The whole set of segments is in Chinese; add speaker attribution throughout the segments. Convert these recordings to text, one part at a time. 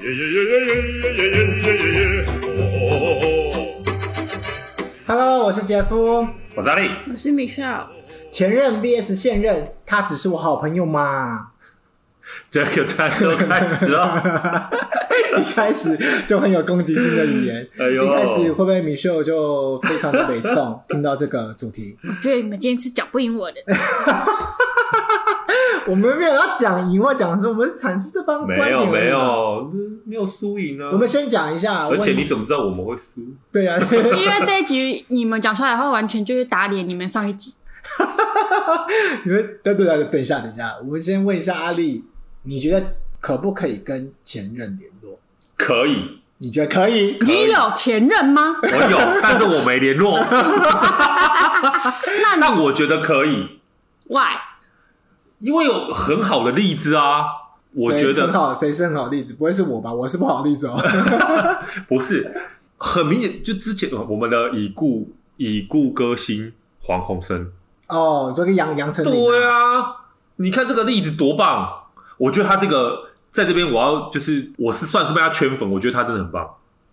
Speaker 1: 耶耶耶耶耶耶耶耶耶耶！哦，
Speaker 2: Hello，我是杰夫。
Speaker 3: 我是阿力，
Speaker 4: 我是 Michelle，
Speaker 2: 前任 VS 现任，他只是我好朋友嘛。
Speaker 3: 这个战斗开始啊了。
Speaker 2: 一开始就很有攻击性的语言，
Speaker 3: 哎呦
Speaker 2: 一开始会不会米秀就非常的北 宋？听到这个主题，
Speaker 4: 我觉得你们今天是讲不赢我的。
Speaker 2: 我们没有要讲赢或讲输，我们是阐述对方观
Speaker 3: 没
Speaker 2: 点而已
Speaker 3: 有
Speaker 2: 嘛
Speaker 3: 没。有没有输赢啊！
Speaker 2: 我们先讲一下，
Speaker 3: 而且
Speaker 2: 问
Speaker 3: 你怎么知道我们会输？
Speaker 2: 对啊，
Speaker 4: 因为这一集你们讲出来的话，完全就是打脸你们上一集。
Speaker 2: 你们等等等等一下，等一下，我们先问一下阿丽，你觉得可不可以跟前任联络？
Speaker 3: 可 以，
Speaker 2: 你觉得可以？
Speaker 4: 你有前任吗？
Speaker 3: 我有，但是我没联 络。
Speaker 4: 那
Speaker 3: 但
Speaker 4: 你
Speaker 3: 我觉得可以，
Speaker 4: why？
Speaker 3: 因为有很好的例子啊。我
Speaker 2: 谁
Speaker 3: 觉
Speaker 2: 很
Speaker 3: 得
Speaker 2: 好，谁是很好的例子？不会是我吧？我是不好的例子哦。
Speaker 3: 不是很明显，就之前呃我们的已故已故歌星黄鸿升，
Speaker 2: 哦，就跟杨杨丞琳，
Speaker 3: 对啊，你看这个例子多棒！我觉得他这个在这边，我要就是我是算是被他圈粉，我觉得他真的很棒，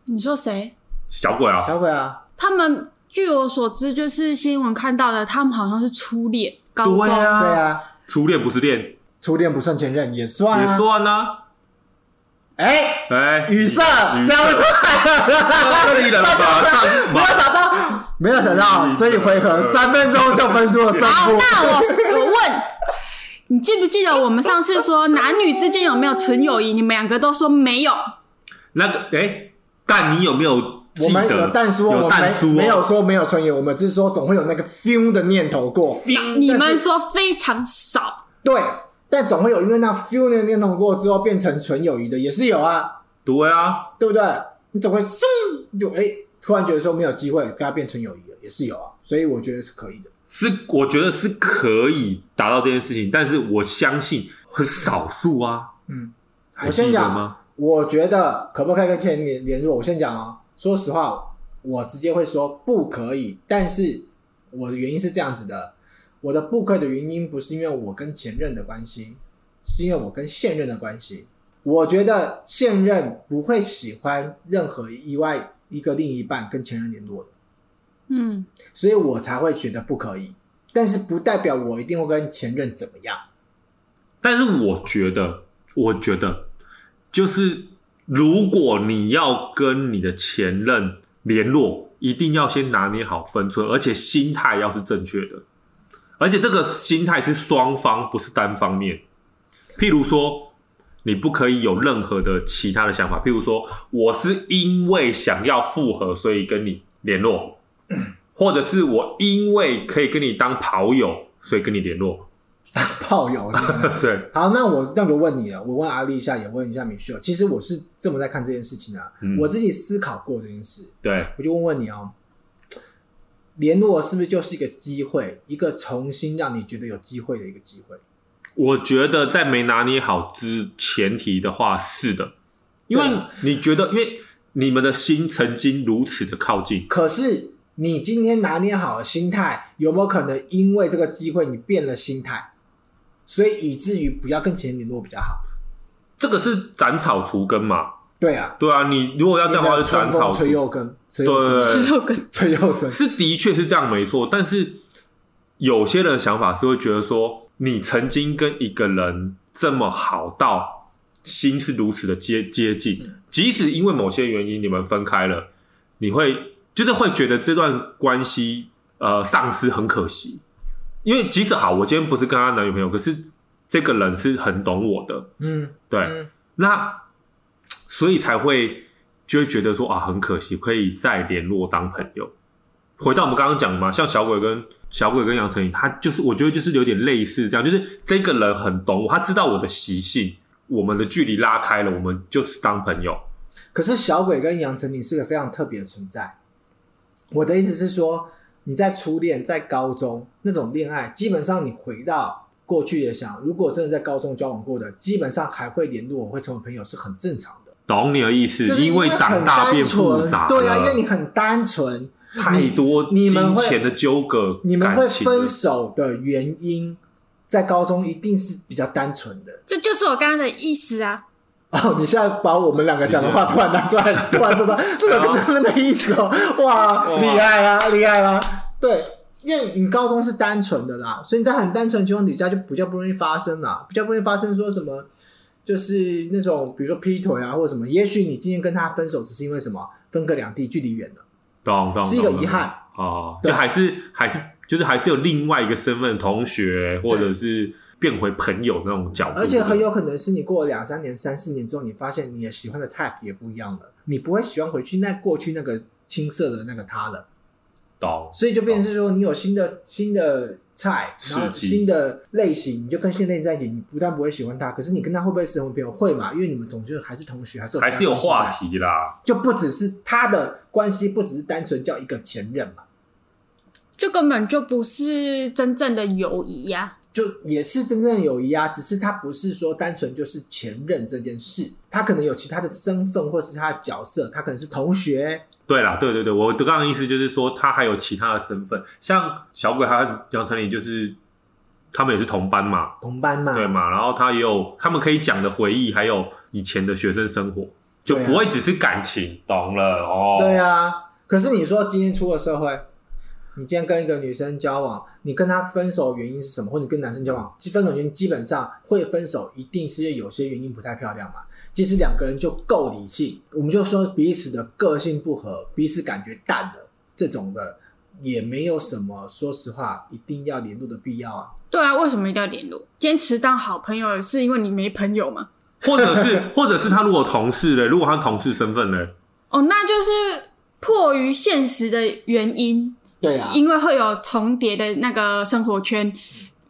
Speaker 4: 你说谁？
Speaker 3: 小鬼啊，
Speaker 2: 小鬼啊，
Speaker 4: 他们据我所知，就是新闻看到的，他们好像是初恋，高中。
Speaker 3: 对啊，
Speaker 2: 对啊，
Speaker 3: 初恋不是恋
Speaker 2: 初恋不算前任也算
Speaker 3: 也
Speaker 2: 啊。
Speaker 3: 算啊，
Speaker 2: 哎，
Speaker 3: 哎，
Speaker 2: 雨色
Speaker 3: 雨
Speaker 2: 讲不出来了，
Speaker 3: 可以了， 马上
Speaker 2: 没
Speaker 3: 马
Speaker 2: 有
Speaker 3: 上，
Speaker 2: 想到，没有想到
Speaker 3: 雨色
Speaker 2: 这一回合三分钟就分出了胜
Speaker 4: 好，
Speaker 2: 负。
Speaker 4: 那我我问。你记不记得我们上次说男女之间有没有纯友谊？你们两个都说没有，
Speaker 3: 那个哎，但你有没有
Speaker 2: 我
Speaker 3: 记
Speaker 2: 们有
Speaker 3: 得
Speaker 2: 蛋叔，
Speaker 3: 有
Speaker 2: 我
Speaker 3: 蛋
Speaker 2: 们
Speaker 3: 叔
Speaker 2: 没
Speaker 3: 哦
Speaker 2: 没有说没有纯友，我们只是说总会有那个 feel 的念头过。
Speaker 4: 你
Speaker 2: 但
Speaker 4: 们
Speaker 2: 是
Speaker 4: 说非常少。
Speaker 2: 对，但总会有因为那 feel 的念头过之后变成纯友谊的也是有啊，
Speaker 3: 对啊，
Speaker 2: 对不对？你总会嗖就哎、突然觉得说没有机会跟他变纯友谊了，也是有啊，所以我觉得是可以的。
Speaker 3: 是我觉得是可以达到这件事情，但是我相信很少数啊。
Speaker 2: 嗯，
Speaker 3: 还
Speaker 2: 我先
Speaker 3: 记得
Speaker 2: 讲
Speaker 3: 吗？，
Speaker 2: 我觉得可不可以跟前任联联络？我先讲哦，说实话，我直接会说不可以。但是我的原因是这样子的，我的不可以的原因不是因为我跟前任的关系，是因为我跟现任的关系。我觉得现任不会喜欢任何一外一个另一半跟前任联络的，
Speaker 4: 嗯，
Speaker 2: 所以我才会觉得不可以。但是不代表我一定会跟前任怎么样。
Speaker 3: 但是我觉得，我觉得就是如果你要跟你的前任联络，一定要先拿捏好分寸，而且心态要是正确的，而且这个心态是双方，不是单方面。譬如说，你不可以有任何的其他的想法，譬如说，我是因为想要复合，所以跟你联络，或者是我因为可以跟你当跑友，所以跟你联络。
Speaker 2: 炮友，
Speaker 3: 对，
Speaker 2: 好，那我那我就问你了，我问阿丽一下，也问一下米秀。其实我是这么在看这件事情啊，
Speaker 3: 嗯
Speaker 2: 我自己思考过这件事，
Speaker 3: 对，
Speaker 2: 我就问问你哦，联络是不是就是一个机会，一个重新让你觉得有机会的一个机会？
Speaker 3: 我觉得在没拿捏好之前提的话，是的，因为
Speaker 2: 对啊
Speaker 3: 你觉得，因为你们的心曾经如此的靠近，
Speaker 2: 可是你今天拿捏好了心态，有没有可能因为这个机会你变了心态，所以以至于不要跟前任联络比较好？
Speaker 3: 这个是斩草除根嘛？
Speaker 2: 对啊，
Speaker 3: 对啊，你如果要这样的话，就
Speaker 2: 春
Speaker 3: 斩草
Speaker 2: 风
Speaker 3: 除
Speaker 2: 吹
Speaker 3: 根。
Speaker 2: 又根，吹又生，
Speaker 3: 对，
Speaker 4: 又跟
Speaker 2: 吹又生。
Speaker 3: 是的确是这样没错，但是有些人的想法是会觉得说，你曾经跟一个人这么好到心是如此的接接近，即使因为某些原因你们分开了，你会就是会觉得这段关系呃丧失很可惜，因为即使好，我今天不是跟她男女朋友，可是这个人是很懂我的，
Speaker 2: 嗯，
Speaker 3: 对，
Speaker 2: 嗯
Speaker 3: 那所以才会就会觉得说啊，很可惜，可以再联络当朋友。回到我们刚刚讲的嘛，像小鬼跟小鬼跟杨丞琳，他就是我觉得就是有点类似这样，就是这个人很懂我，他知道我的习性，我们的距离拉开了，我们就是当朋友。
Speaker 2: 可是小鬼跟杨丞琳是个非常特别的存在。我的意思是说，你在初恋、在高中那种恋爱，基本上你回到过去也想，如果真的在高中交往过的，基本上还会联络，会成为朋友是很正常的。
Speaker 3: 懂你的意思，
Speaker 2: 就是因
Speaker 3: 为
Speaker 2: 很
Speaker 3: 长大变
Speaker 2: 单纯
Speaker 3: 复杂了，
Speaker 2: 对啊，因为你很单纯，
Speaker 3: 太多
Speaker 2: 你你
Speaker 3: 金
Speaker 2: 们会
Speaker 3: 钱的纠葛，
Speaker 2: 你们会
Speaker 3: 感情的
Speaker 2: 分手的原因，在高中一定是比较单纯的。
Speaker 4: 这就是我刚刚的意思啊。
Speaker 2: 哦，你现在把我们两个讲的话突然拿出来，突然这段，这个跟他们的意思哦，哇，
Speaker 3: 哇
Speaker 2: 厉害啊，厉害啊！对，因为你高中是单纯的啦，所以你在很单纯的情况底下就比较不容易发生啦，比较不容易发生说什么，就是那种比如说劈腿啊或者什么，也许你今天跟他分手只是因为什么分隔两地，距离远了，
Speaker 3: 懂懂，
Speaker 2: 是一个
Speaker 3: 懂
Speaker 2: 遗憾。
Speaker 3: 懂哦，
Speaker 2: 对
Speaker 3: 就还是还是就是还是有另外一个身份，同学或者是变回朋友那种角度，
Speaker 2: 而且很有可能是你过了两三年、三四年之后，你发现你也喜欢的 type 也不一样了，你不会喜欢回去那过去那个青涩的那个他了。
Speaker 3: 懂
Speaker 2: 所以就变成是说，你有新的新的菜，然后
Speaker 3: 哦刺激
Speaker 2: 新的类型，你就跟现在在一起，你不但不会喜欢他，可是你跟他会不会成为朋友？会嘛，因为你们总觉得还是同学，还是有
Speaker 3: 还是有
Speaker 2: 其他
Speaker 3: 话
Speaker 2: 关系
Speaker 3: 题啦
Speaker 2: 在，，就不只是他的关系，不只是单纯叫一个前任嘛，
Speaker 4: 这根本就不是真正的友谊呀、
Speaker 2: 就也是真正的友谊啊，只是他不是说单纯就是前任这件事，他可能有其他的身份或是他的角色，他可能是同学，
Speaker 3: 对啦，对对对，我刚刚意思就是说，他还有其他的身份，像小鬼他杨丞琳就是他们也是同班嘛，
Speaker 2: 同班嘛，
Speaker 3: 对嘛，然后他也有他们可以讲的回忆，还有以前的学生生活，就
Speaker 2: 对啊
Speaker 3: 不会只是感情，懂了哦，
Speaker 2: 对啊，可是你说今天出了社会，你今天跟一个女生交往，你跟她分手原因是什么？或者你跟男生交往，其实分手原因基本上会分手，一定是因为有些原因不太漂亮嘛。其实两个人就够理性，我们就说彼此的个性不合，彼此感觉淡了，这种的也没有什么，说实话一定要联络的必要啊。
Speaker 4: 对啊，为什么一定要联络？坚持当好朋友是因为你没朋友吗？
Speaker 3: 或者是或者是他如果同事嘞，如果他同事身份嘞，
Speaker 4: 哦，那就是迫于现实的原因，
Speaker 2: 对啊，
Speaker 4: 因为会有重叠的那个生活圈，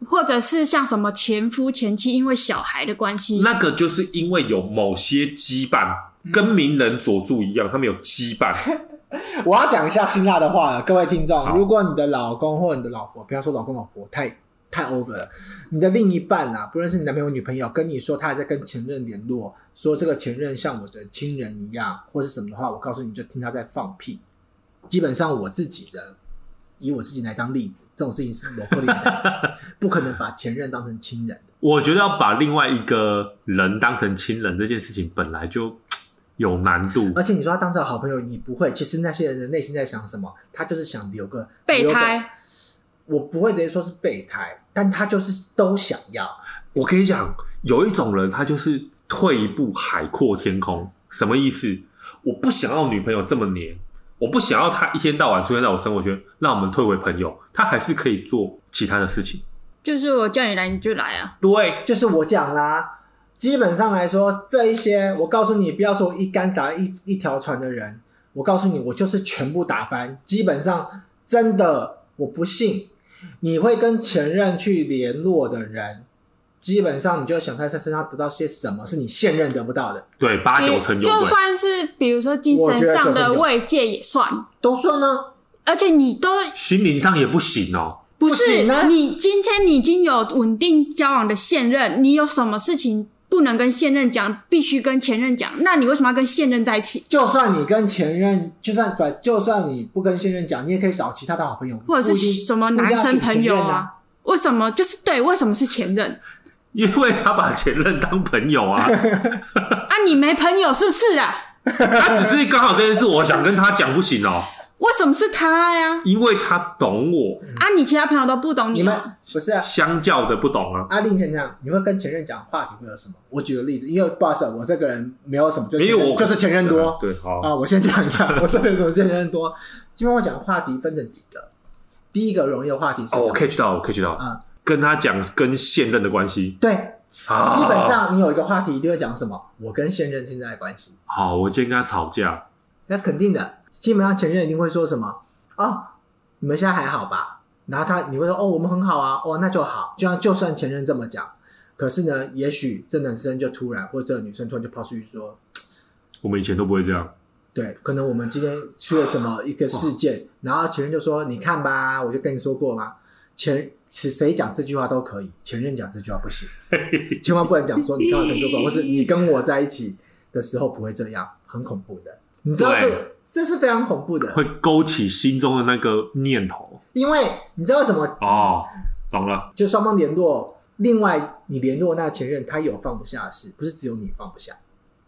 Speaker 4: 或者是像什么前夫前妻因为小孩的关系，
Speaker 3: 那个就是因为有某些羁绊，跟名人佐助一样，他们有羁绊，
Speaker 2: 我要讲一下辛辣的话了，各位听众，
Speaker 3: 好
Speaker 2: 如果你的老公或你的老婆，不要说老公老婆，太太 over 了，你的另一半啦、不论是你男朋友女朋友，跟你说他还在跟前任联络，说这个前任像我的亲人一样，或是什么的话，我告诉你，你就听他在放屁。基本上我自己的，以我自己来当例子，这种事情是罗克利的， 不可能把前任当成亲人。
Speaker 3: 我觉得要把另外一个人当成亲人这件事情本来就有难度，
Speaker 2: 而且你说他当时的好朋友，你不会，其实那些人的内心在想什么？他就是想留个
Speaker 4: 备。
Speaker 2: 留个
Speaker 4: 胎
Speaker 2: 我不会直接说是备胎，但他就是都想要。
Speaker 3: 我跟你讲，有一种人他就是退一步海阔天空，什么意思？我不想要女朋友这么黏，我不想要她一天到晚出现在我生活圈，让我们退为朋友，她还是可以做其他的事情。
Speaker 4: 就是我叫你来你就来啊，
Speaker 3: 对，
Speaker 2: 就是我讲啦，基本上来说，这一些我告诉你，不要说我一竿子打一一条船的人，我告诉你，我就是全部打翻。基本上真的，我不信你会跟前任去联络的人，基本上你就想在他身上得到些什么，是你现任得不到的，
Speaker 3: 对，八九成有
Speaker 4: 就
Speaker 3: 对。
Speaker 4: 算是比如说精神上的慰藉也算，
Speaker 2: 都算呢。
Speaker 4: 而且你都
Speaker 3: 心灵上也不行哦，
Speaker 4: 不
Speaker 2: 不
Speaker 4: 是
Speaker 2: 行啊
Speaker 4: 你今天你已经有稳定交往的现任，你有什么事情不能跟现任讲，必须跟前任讲？那你为什么要跟现任在一起，
Speaker 2: 就算你跟前任，就算不，就算你不跟现任讲，你也可以找其他的好朋友，
Speaker 4: 或者
Speaker 2: 不一
Speaker 4: 是
Speaker 2: 定
Speaker 4: 什么男
Speaker 2: 不
Speaker 4: 生朋友
Speaker 2: 一定要选前任啊
Speaker 4: 啊？为什么就是对？为什么是前任
Speaker 3: 因为他把前任当朋友啊，
Speaker 4: 啊？你没朋友是不是啊？
Speaker 3: 他只是刚好这件事，我想跟他讲不行哦，
Speaker 4: 为什么是他呀、
Speaker 3: 因为他懂我，
Speaker 4: 啊，你其他朋友都不懂
Speaker 2: 你
Speaker 4: 你哦
Speaker 2: 们
Speaker 4: 吗
Speaker 2: 不是啊？
Speaker 3: 相较的不懂啊，
Speaker 2: 阿令先生，你会跟前任讲话题会有什么？我举个例子，因为不好意思，啊我这个人没有什么，就
Speaker 3: 没有我
Speaker 2: 就是前任多
Speaker 3: 对，好，
Speaker 2: 啊。我先讲一下， 我这边有什么前任多。基本上我讲话题分成几个，第一个容易的话题是什
Speaker 3: 哦，
Speaker 2: 么
Speaker 3: 我 catch 到，我 catch 到，
Speaker 2: 嗯啊
Speaker 3: 跟他讲跟现任的关系，啊
Speaker 2: 对，
Speaker 3: 基
Speaker 2: 基本上你有一个话题一定会讲什么？我跟现任现在的关系，
Speaker 3: 好，我今天跟他吵架，
Speaker 2: 那肯定的。基本上前任一定会说什么哦，你们现在还好吧？然后他你会说哦，我们很好啊，哦，那就好。就像就算前任这么讲，可是呢，也许这男生就突然或者这个女生突然就抛出去说，
Speaker 3: 我们以前都不会这样，
Speaker 2: 对，可能我们今天去了什么一个事件，然后前任就说：“你看吧，我就跟你说过嘛。”前是谁讲这句话都可以，前任讲这句话不行，千万不能讲说你刚刚跟我说过，或是你跟我在一起的时候不会这样，很恐怖的。你知道这
Speaker 3: 对
Speaker 2: 个这是非常恐怖的，
Speaker 3: 会勾起心中的那个念头，
Speaker 2: 因为你知道为什么？
Speaker 3: 哦，懂了，
Speaker 2: 就双方联络，另外你联络那个前任，他有放不下的事，不是只有你放不下。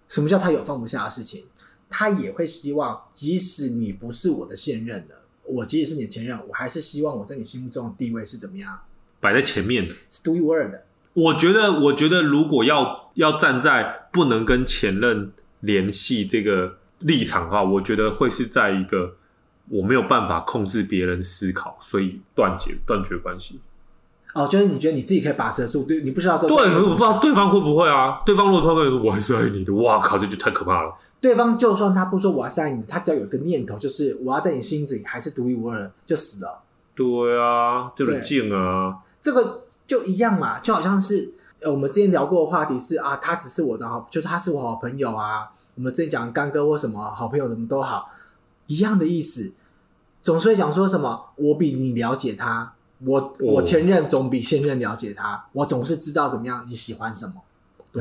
Speaker 2: 什么叫他有放不下的事情？他也会希望，即使你不是我的现任了，我即使是你的前任，我还是希望我在你心目中的地位是怎么样？
Speaker 3: 摆在前面的。
Speaker 2: 是独一无二的。
Speaker 3: 我觉得，我觉得如果要要站在不能跟前任联系这个立场的话，我觉得会是在一个我没有办法控制别人思考，所以断绝断绝关系。
Speaker 2: 哦，就是你觉得你自己可以把持得住，对你不需要做。
Speaker 3: 对，我不知道对方会不会啊？对方如果突然跟你说我还是爱你的，哇靠，这就太可怕了。
Speaker 2: 对方就算他不说我要爱你，他只要有一个念头，就是我要在你心里还是独一无二的，就死了。
Speaker 3: 对啊，这么
Speaker 2: 对
Speaker 3: 近啊，
Speaker 2: 这个就一样嘛，就好像是呃，我们之前聊过的话题是啊，他只是我的好，就是他是我好朋友啊。我们之前讲干哥或什么好朋友什么都好，一样的意思。总是会讲说什么，我比你了解他，
Speaker 3: 哦
Speaker 2: 我我前任总比现任了解他，我总是知道怎么样你喜欢什么，多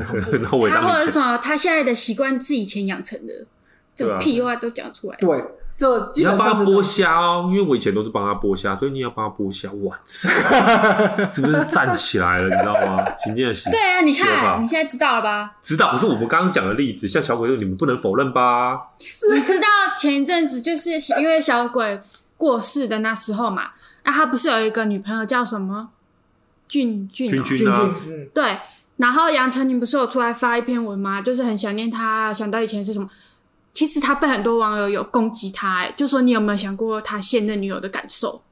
Speaker 2: 恐怖
Speaker 3: 那我也
Speaker 4: 他
Speaker 3: 当
Speaker 4: 啊或者
Speaker 3: 你
Speaker 4: 什么，他现在的习惯是以前养成的，
Speaker 3: 对
Speaker 4: 这种
Speaker 3: 啊
Speaker 4: 屁话都讲出来。
Speaker 2: 对，这
Speaker 3: 你
Speaker 2: 基
Speaker 3: 要
Speaker 2: 本
Speaker 3: 帮他
Speaker 2: 上
Speaker 3: 剥
Speaker 2: 就是
Speaker 3: 虾哦，因为我以前都是帮他剥虾，所以你要帮他剥虾。哇， 是不是站起来了？你知道吗？秦剑喜，
Speaker 4: 对啊，你
Speaker 3: 学吧
Speaker 4: 看你现在知道了吧？
Speaker 3: 知道，可是我们刚刚讲的例子，像小鬼这个，你们不能否认吧？
Speaker 4: 你知道前一阵子就是因为小鬼过世的那时候嘛，那他不是有一个女朋友叫什么俊俊哦
Speaker 3: 君君
Speaker 2: 俊俊
Speaker 3: 呢？，
Speaker 2: 嗯，
Speaker 4: 对，然后杨丞琳不是有出来发一篇文吗？就是很想念他，想到以前是什么。其实他被很多网友有攻击他、哎，就说你有没有想过他现任女友的感受？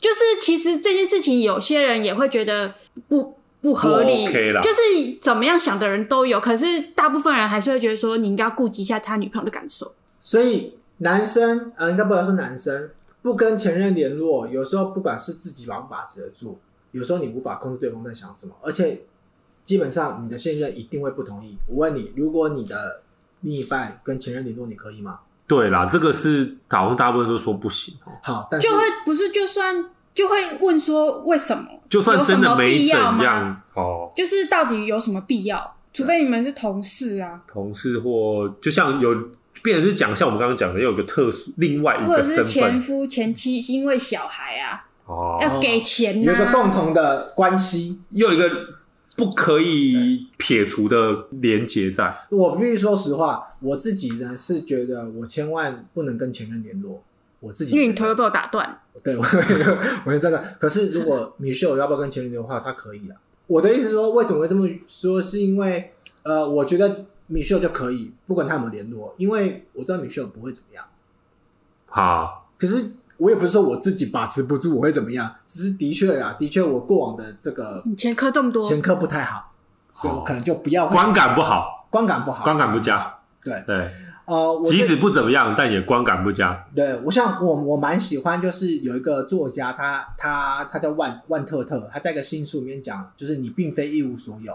Speaker 4: 就是其实这件事情，有些人也会觉得不不合理，
Speaker 3: 不 OK 啦
Speaker 4: 就是怎么样想的人都有，可是大部分人还是会觉得说你应该要顾及一下他女朋友的感受。
Speaker 2: 所以男生，呃，应该不能说男生不跟前任联络，有时候不管是自己把不把持得住，有时候你无法控制对方在想什么，而且基本上你的现任一定会不同意。我问你，如果你的另一半跟前任联络，你可以吗？
Speaker 3: 对啦，这个是好像大部分都说不行哦。
Speaker 2: 好，但是
Speaker 4: 就会不是就算就会问说为什么？
Speaker 3: 就算真的
Speaker 4: 有什么
Speaker 3: 没
Speaker 4: 必
Speaker 3: 怎
Speaker 4: 要吗
Speaker 3: 样哦，
Speaker 4: 就是到底有什么必要？除非你们是同事啊，
Speaker 3: 同事或就像有，变成是讲像我们刚刚讲的，又有一个特殊另外
Speaker 2: 嗯
Speaker 3: 一
Speaker 4: 或
Speaker 3: 个
Speaker 4: 者是
Speaker 3: 身
Speaker 4: 前
Speaker 3: 份
Speaker 4: 夫前妻因为小孩啊，
Speaker 3: 哦，
Speaker 4: 要给钱啊呐、
Speaker 2: 有一个共同的关系。
Speaker 3: 又有一个不可以撇除的连结在。
Speaker 2: 我必须说实话，我自己呢是觉得我千万不能跟前任联络，我自己
Speaker 4: 因为你
Speaker 2: 觉
Speaker 4: 腿
Speaker 2: 得
Speaker 4: 会被我打断。
Speaker 2: 对，我 我是真的。可是如果米秀要不要跟前女友的话，他可以啊。我的意思是说，为什么会这么说，是因为呃，我觉得米秀就可以，不管他有没有联络，因为我知道米秀不会怎么样。
Speaker 3: 好，
Speaker 2: 可是我也不是说我自己把持不住我会怎么样，只是的确啊，的确我过往的这个
Speaker 4: 你前科这么多，
Speaker 2: 前科不太好，所以我可能就不要
Speaker 3: 观感不好，
Speaker 2: 观感不好，
Speaker 3: 观感不佳。
Speaker 2: 对。
Speaker 3: 对，
Speaker 2: 呃，我
Speaker 3: 即
Speaker 2: 对
Speaker 3: 使不怎么样，但也观感不佳。
Speaker 2: 对我像我我蛮喜欢，就是有一个作家，他他他叫万万特特，他在一个新书里面讲，就是你并非一无所有。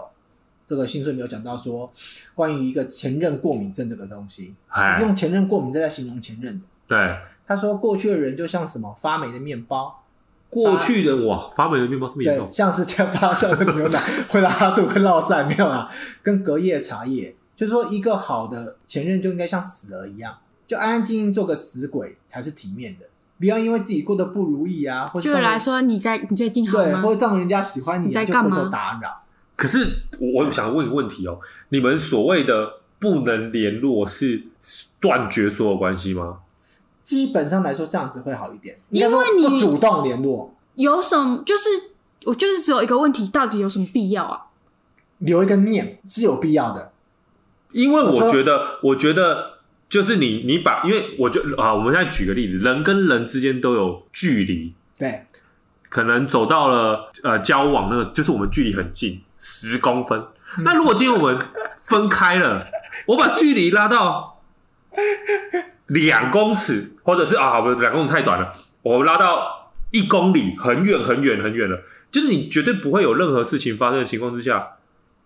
Speaker 2: 这个新书里面有讲到说，关于一个前任过敏症这个东西，
Speaker 3: 哎
Speaker 2: 是，用前任过敏症在形容前任的。
Speaker 3: 对，
Speaker 2: 他说过去的人就像什么发霉的面包，
Speaker 3: 过去的哇，发霉的面包这么严
Speaker 2: 对，
Speaker 3: 重，
Speaker 2: 像是这样发酵的牛奶会拉肚会落散没有啦，跟隔夜茶叶，就是说一个好的前任就应该像死了一样，就安安静静做个死鬼才是体面的，不要因为自己过得不如意啊，或者
Speaker 4: 就是来说你在你最近好
Speaker 2: 对，
Speaker 4: 吗
Speaker 2: 或？者造成人家喜欢你，
Speaker 4: 你在
Speaker 2: 就
Speaker 4: 干嘛
Speaker 2: 过头打扰。
Speaker 3: 可是我我想问一个问题哦，你们所谓的不能联络是断绝所有关系吗？
Speaker 2: 基本上来说，这样子会好一点，
Speaker 4: 因为你
Speaker 2: 应该说不主动联络，
Speaker 4: 有什么？就是我就是只有一个问题，到底有什么必要啊？
Speaker 2: 留一个念是有必要的。
Speaker 3: 因为
Speaker 2: 我
Speaker 3: 我
Speaker 2: 说
Speaker 3: 觉得，我觉得就是你你把，因为我就啊，我们现在举个例子，人跟人之间都有距离，
Speaker 2: 对，
Speaker 3: 可能走到了呃交往那个，就是我们距离很近，十公分。
Speaker 2: 嗯
Speaker 3: 那如果今天我们分开了，我把距离拉到两公尺，或者是啊，不，两公尺太短了，我拉到一公里，很远很远很远了。就是你绝对不会有任何事情发生的情况之下，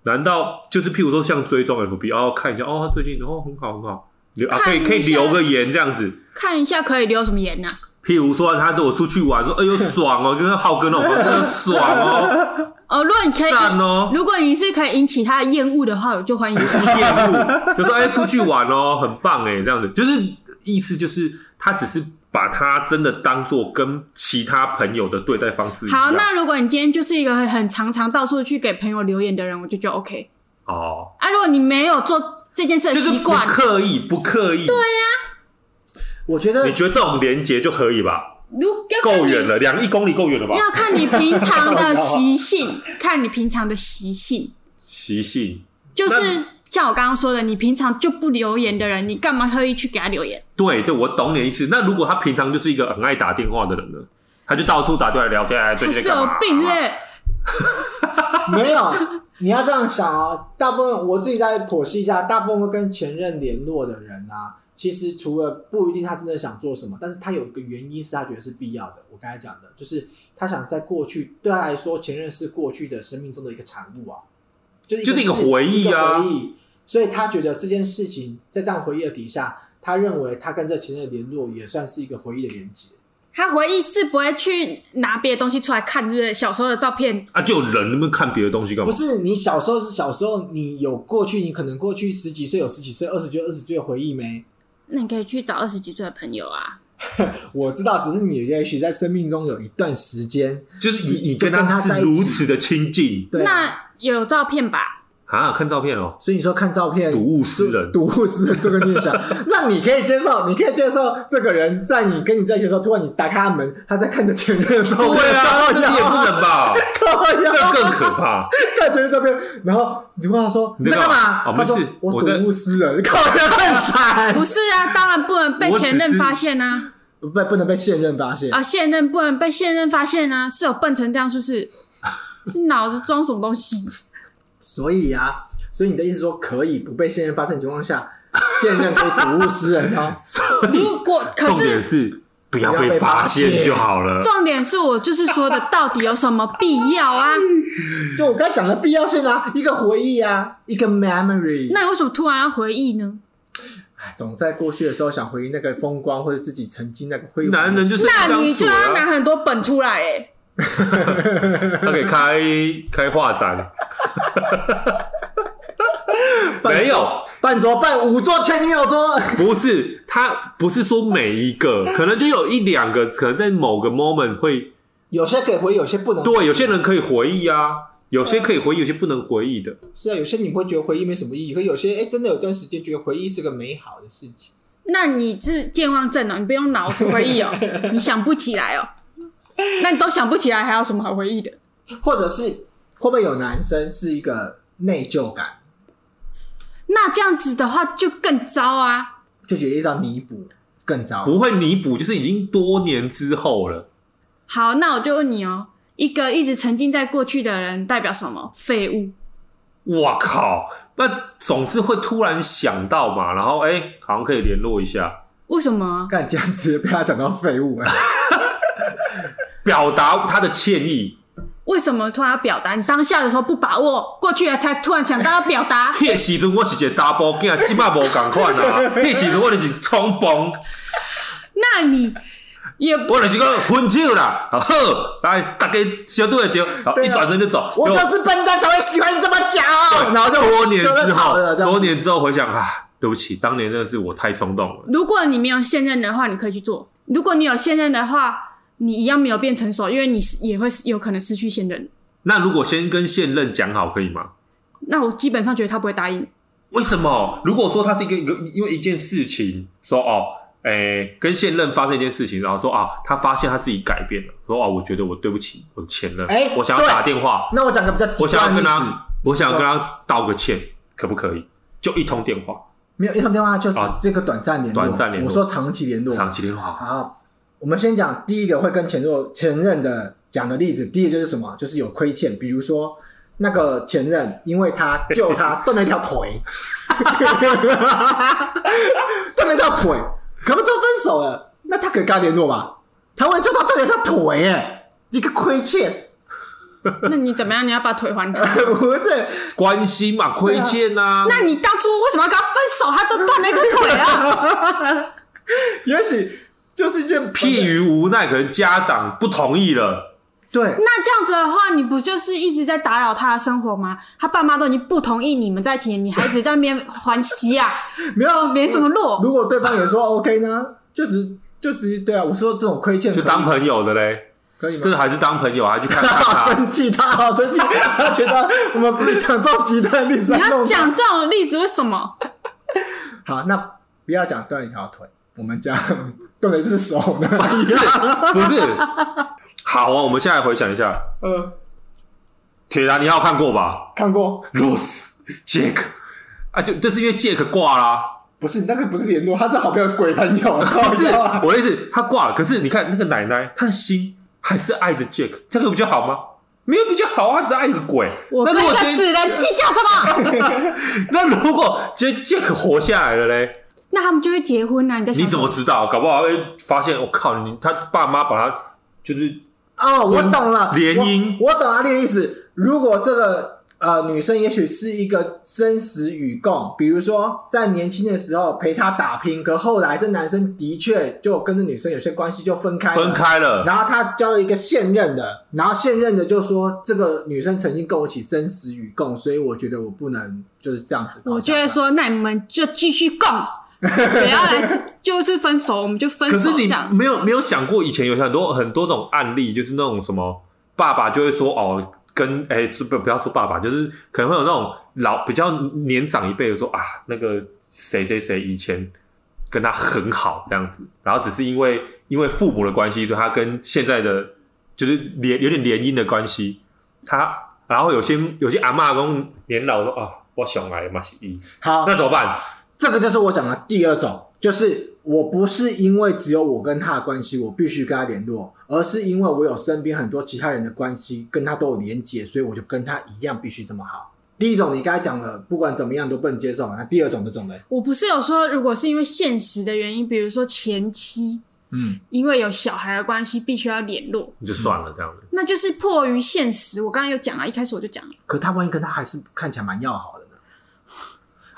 Speaker 3: 难道就是譬如说像追踪 FB，哦，看一下哦，他最近哦很好很好，留啊可以可以
Speaker 4: 看一下
Speaker 3: 留个言这样子。
Speaker 4: 看一下可以留什么言啊呢、
Speaker 3: 譬如说他跟我出去玩，说哎呦爽哦，跟浩哥那种朋友哎呦爽哦，
Speaker 4: 哦，如果你可以，
Speaker 3: 赞哦
Speaker 4: 如果你是可以引起他的厌恶的话，我就欢迎你。
Speaker 3: 厌恶，就说哎出去玩哦，很棒哎，这样子，就是意思就是他只是把他真的当做跟其他朋友的对待方式一样。
Speaker 4: 好，那如果你今天就是一个很常常到处去给朋友留言的人，我就觉得 OK。
Speaker 3: 哦，
Speaker 4: 啊，如果你没有做这件事的
Speaker 3: 就是
Speaker 4: 习
Speaker 3: 不
Speaker 4: 惯，啊
Speaker 3: 刻意，不刻意。对呀、
Speaker 2: 我觉得
Speaker 3: 你觉得这种连接就可以吧？
Speaker 4: 如要看
Speaker 3: 够
Speaker 4: 你
Speaker 3: 远了，两一公里够远了吧？
Speaker 4: 要看你平常的习性，看你平常的 习性，
Speaker 3: 习性，
Speaker 4: 就是
Speaker 3: 那
Speaker 4: 像我刚刚说的，你平常就不留言的人，你干嘛特意去给他留言？
Speaker 3: 对对，我懂你的意思。那如果他平常就是一个很爱打电话的人呢？他就到处打电话聊天，哎，最
Speaker 4: 他
Speaker 3: 近
Speaker 4: 是
Speaker 3: 在干
Speaker 4: 有
Speaker 3: 嘛？
Speaker 4: 病是不啊是？
Speaker 2: 没有，你要这样想哦。大部分我自己再剖析一下，大部分会跟前任联络的人啊，其实除了不一定他真的想做什么，但是他有一个原因是他觉得是必要的。我刚才讲的就是他想在过去对他来说，前任是过去的生命中的一个产物啊，就是
Speaker 3: 就是一个
Speaker 2: 事
Speaker 3: 回忆啊
Speaker 2: 一个回忆。所以他觉得这件事情在这样回忆的底下，他认为他跟这前任的联络也算是一个回忆的连接。
Speaker 4: 他回忆是不会去拿别的东西出来看，就是小时候的照片。
Speaker 3: 啊，就有人那么看别的东西干嘛
Speaker 2: 不？是你小时候是小时候，你有过去，你可能过去十几岁有十几岁，二十岁有二十岁的回忆没？
Speaker 4: 那你可以去找二十几岁的朋友啊，
Speaker 2: 我知道，只是你也许在生命中有一段时间，
Speaker 3: 就是你你
Speaker 2: 就
Speaker 3: 跟
Speaker 2: 跟他
Speaker 3: 他
Speaker 2: 在
Speaker 3: 是
Speaker 2: 一起
Speaker 3: 如此的亲近
Speaker 2: 对、啊，
Speaker 4: 那有照片吧？
Speaker 3: 啊，看照片哦，
Speaker 2: 所以你说看照片，
Speaker 3: 睹物思人
Speaker 2: 睹物思人这个 念想，那你可以接受，你可以接受这个人在你跟你在一起的时候，突然你打开他门，他在看着前任的照片，
Speaker 3: 对啊，这
Speaker 2: 靠
Speaker 3: 你也不能 吧？
Speaker 2: 腰，
Speaker 3: 这
Speaker 2: 靠腰，
Speaker 3: 更可怕。
Speaker 2: 看前任照片，然后你就问他说
Speaker 3: 你
Speaker 2: 在
Speaker 3: 在
Speaker 2: 干
Speaker 3: 干
Speaker 2: 嘛
Speaker 3: 嘛？哦
Speaker 2: 他
Speaker 3: 没
Speaker 2: 说
Speaker 3: 事
Speaker 2: 我
Speaker 3: 我
Speaker 2: 睹
Speaker 3: 在
Speaker 2: 物思人，靠腰很惨
Speaker 4: 不，是啊，当然不能被
Speaker 3: 我只
Speaker 4: 前任
Speaker 3: 是
Speaker 4: 发现啊，
Speaker 2: 不不能被现任发现
Speaker 4: 啊，现任不能被现任发现啊，是有笨成这样是不是？是脑子装什么 东西？
Speaker 2: 所以啊，所以你的意思说可以不被现任发现的情况下， 现任可以睹物思 人哦。
Speaker 4: 如果可
Speaker 3: 重点
Speaker 4: 是
Speaker 3: 是不要
Speaker 2: 不要被
Speaker 3: 被
Speaker 2: 发
Speaker 3: 发现
Speaker 2: 现
Speaker 3: 就好了。
Speaker 4: 重点是我就是说的，到底有什么必要啊？
Speaker 2: 就我刚才讲的必要性啊，一个回忆啊，一个 memory。
Speaker 4: 那你为什么突然要回忆呢？
Speaker 2: 哎总在过去的时候想回忆那个风光，或者自己曾经那个辉煌。
Speaker 3: 男人就是
Speaker 4: 那你
Speaker 3: 这
Speaker 4: 就
Speaker 3: 样
Speaker 4: 要
Speaker 3: 做
Speaker 4: 拿
Speaker 3: 啊，
Speaker 4: 很多本出来、欸，
Speaker 3: 他可以开开画 展，
Speaker 2: 半桌
Speaker 3: 没有
Speaker 2: 半桌半五桌前女友桌，
Speaker 3: 不是他不是说每一个，可能就有一两个，可能在某个 moment 会
Speaker 2: 有些可以回忆，有些不能。
Speaker 3: 对，有些人可以回忆啊，有些可以回忆，有些不能回忆的。
Speaker 2: 是啊，有些你会觉得回忆没什么意义，可有些哎，真的有段时间觉得回忆是个美好的事情。
Speaker 4: 那你是健忘症哦，你不用脑子回忆哦，你想不起来哦。那你都想不起来，还有什么好回忆的？
Speaker 2: 或者是会不会有男生是一个内疚感，
Speaker 4: 那这样子的话就更糟啊！
Speaker 2: 就觉得要弥补更糟？
Speaker 3: 不会弥补，就是已经多年之后了。
Speaker 4: 好，那我就问你哦，一个一直沉浸在过去的人代表什么？废物。
Speaker 3: 我靠，那总是会突然想到嘛，然后哎、好像可以联络一下，
Speaker 4: 为什么啊？
Speaker 2: 干这样直接被他讲到废 物了。
Speaker 3: 表达他的歉意，，
Speaker 4: 为什么突然要表达？你当下的时候不把握，过去了才突然想到要表 达
Speaker 3: 迄时阵我是一个 double 囝，即摆无共款 啊！迄时阵我就是冲崩，
Speaker 4: 那你也不
Speaker 3: 我就是讲分手啦，好，来大家相对着，好一转身就走。
Speaker 2: 啊我就
Speaker 3: 对
Speaker 2: 是笨蛋才会喜欢你这么讲，然后就
Speaker 3: 多年之
Speaker 2: 就跑
Speaker 3: 后
Speaker 2: 了，这样
Speaker 3: 多年之后回想啊，对不起，当年真的是我太冲动了。
Speaker 4: 如果你没有现任的话，你可以去做；如果你有现任的话，你一样没有变成熟，因为你是也会有可能失去现任。
Speaker 3: 那如果先跟现任讲好可以吗？
Speaker 4: 那我基本上觉得他不会答应。
Speaker 3: 为什么？如果说他是一个一个因为一件事情，说哦，诶、跟现任发生一件事情，然后说啊，他发现他自己改变了，说啊，我觉得我对不起我的前任，
Speaker 2: 哎
Speaker 3: 我想要打电话，
Speaker 2: 那我讲个比较极
Speaker 3: 我想
Speaker 2: 端
Speaker 3: 要
Speaker 2: 的
Speaker 3: 跟
Speaker 2: 例子，
Speaker 3: 他，我想要跟他道个歉，可不可以？就一通电话，
Speaker 2: 没有一通电话就是
Speaker 3: 啊
Speaker 2: 这个短暂联络，
Speaker 3: 短暂联络
Speaker 2: 我说长期联络。
Speaker 3: 长期电话，
Speaker 2: 好，我们先讲第一个会跟前若前任的讲的例子，第一个就是什么？就是有亏欠，比如说那个前任因为他救他断了一条腿， 断了一条腿，可不就分手了？那他可以跟他联络吧？他为了救他断了一条腿，哎，一个亏欠，
Speaker 4: 那你怎么样？你要把腿还给他？
Speaker 2: 不是？
Speaker 3: 关心嘛，亏欠啊呐、
Speaker 4: 啊那你当初为什么要跟他分手？他都断了一个腿了。
Speaker 2: 也许就是一件
Speaker 3: 迫于无奈，可能家长不同意了，
Speaker 2: 对，
Speaker 4: 那这样子的话，你不就是一直在打扰他的生活吗？他爸妈都已经不同意你们在一起，你还一直在那边还息 啊，
Speaker 2: 没有啊
Speaker 4: 连什么路？
Speaker 2: 如果对方也说 OK 呢，就只就只对啊，我说这种亏欠
Speaker 3: 就
Speaker 2: 可以
Speaker 3: 当朋友的嘞。
Speaker 2: 可以吗？
Speaker 3: 这 个还是当朋友，还去看看
Speaker 2: 好
Speaker 3: 他。
Speaker 2: 生气，他好生气， 他觉得我们不讲这种极端例子
Speaker 4: 你
Speaker 2: 来
Speaker 4: 要
Speaker 2: 弄他。
Speaker 4: 讲这种例子，为什么？
Speaker 2: 好，那不要讲断一条腿，我们讲断了一只手 呢。
Speaker 3: 不是，好啊，我们现在回想一下，
Speaker 2: 嗯，
Speaker 3: 铁达尼号看过吧
Speaker 2: 看过，
Speaker 3: ？Rose、Jack 啊，就就是因为 Jack 挂啦、
Speaker 2: 不是那个不是联络，他是好朋友，是鬼朋友，靠
Speaker 3: 不是
Speaker 2: 腰啊
Speaker 3: 我的意思，他挂了，可是你看那个奶奶，她的心还是爱着 Jack，这个比较好吗？没有比较好啊，只爱一个鬼。
Speaker 4: 我
Speaker 3: 那
Speaker 4: 跟
Speaker 3: 如
Speaker 4: 一
Speaker 3: 果
Speaker 4: 个
Speaker 3: 今
Speaker 4: 死人计较什么？
Speaker 3: 那如果今天 Jack 活下来了嘞，
Speaker 4: 那他们就会结婚啊！你在想
Speaker 3: 你怎么
Speaker 4: 什
Speaker 3: 知道？搞不好会发现，我、靠你，他爸妈把他就是
Speaker 2: 哦，我懂了，
Speaker 3: 联姻
Speaker 2: 我，我懂阿丽的意思。如果这个呃女生也许是一个真实与共，比如说在年轻的时候陪她打拼，可后来这男生的确就跟这女生有些关系，就分开了
Speaker 3: 分。开了，
Speaker 2: 然后他交了一个现任的，然后现任的就说这个女生曾经跟我一起生死与共，所以我觉得我不能就是这样子。
Speaker 4: 么？我就会，说，那你们就继续 共，不要来，就是分手，我们就分
Speaker 3: 可是
Speaker 4: 手这
Speaker 3: 你
Speaker 4: 样。
Speaker 3: 没有没有想过，以前有很多很多种案例，就是那种什么爸爸就会说哦，跟哎是不不要说爸爸，就是可能会有那种老比较年长一辈的说啊，那个谁谁谁以前跟他很好这样子，然后只是因为因为父母的关系，所以他跟现在的就是联有点联姻的关系，他然后有些有些阿嬷公年老说啊，我想来嘛是一，
Speaker 2: 好，
Speaker 3: 那怎么办？
Speaker 2: 这个就是我讲的第二种，就是我不是因为只有我跟他的关系，我必须跟他联络，而是因为我有身边很多其他人的关系跟他都有连结，所以我就跟他一样必须这么好。第一种你刚才讲了，不管怎么样都不能接受嘛。那第二种这种人，
Speaker 4: 我不是有说，如果是因为现实的原因，比如说前妻
Speaker 2: 嗯，
Speaker 4: 因为有小孩的关系，必须要联络，
Speaker 3: 就算了这样子。
Speaker 4: 那就是迫于现实。我刚刚有讲啊，一开始我 就讲了，
Speaker 2: 可他万一跟他还是看起来蛮要好的呢？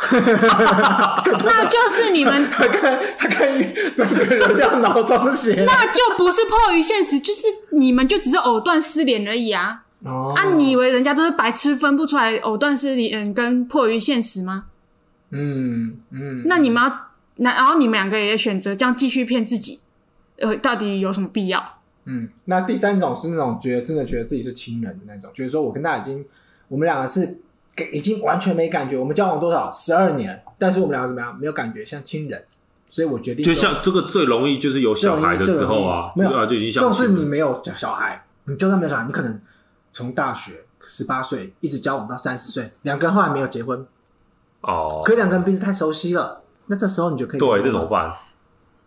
Speaker 4: 那就是你们
Speaker 2: 他看他看一整个人像脑中血
Speaker 4: 那就不是迫于现实，就是你们就只是藕断丝连而已啊！
Speaker 2: 哦
Speaker 4: 啊，你以为人家都是白痴分不出来藕断丝连嗯跟迫于现实吗？
Speaker 2: 嗯嗯，
Speaker 4: 那你们要，那然后你们两个也选择这样继续骗自己，呃，到底有什么必要？
Speaker 2: 嗯，那第三种是那种觉得真的觉得自己是亲人的那种，觉得说我跟他已经，我们两个是给已经完全没感觉，我们交往多少十二年，但是我们两个怎么样没有感觉，像亲人，所以我决定
Speaker 3: 就像这个最容易就是有
Speaker 2: 这
Speaker 3: 小
Speaker 2: 种
Speaker 3: 孩的时候啊，
Speaker 2: 没有
Speaker 3: 啊就已经
Speaker 2: 像
Speaker 3: 相
Speaker 2: 是
Speaker 3: 亲
Speaker 2: 你
Speaker 3: 了。
Speaker 2: 没有小小孩，你就算没有小孩，你可能从大学十八岁一直交往到三十岁，两个人后来没有结婚，
Speaker 3: 哦，
Speaker 2: 可两个人彼此太熟悉了，那这时候你就可以
Speaker 3: 对，这怎么办？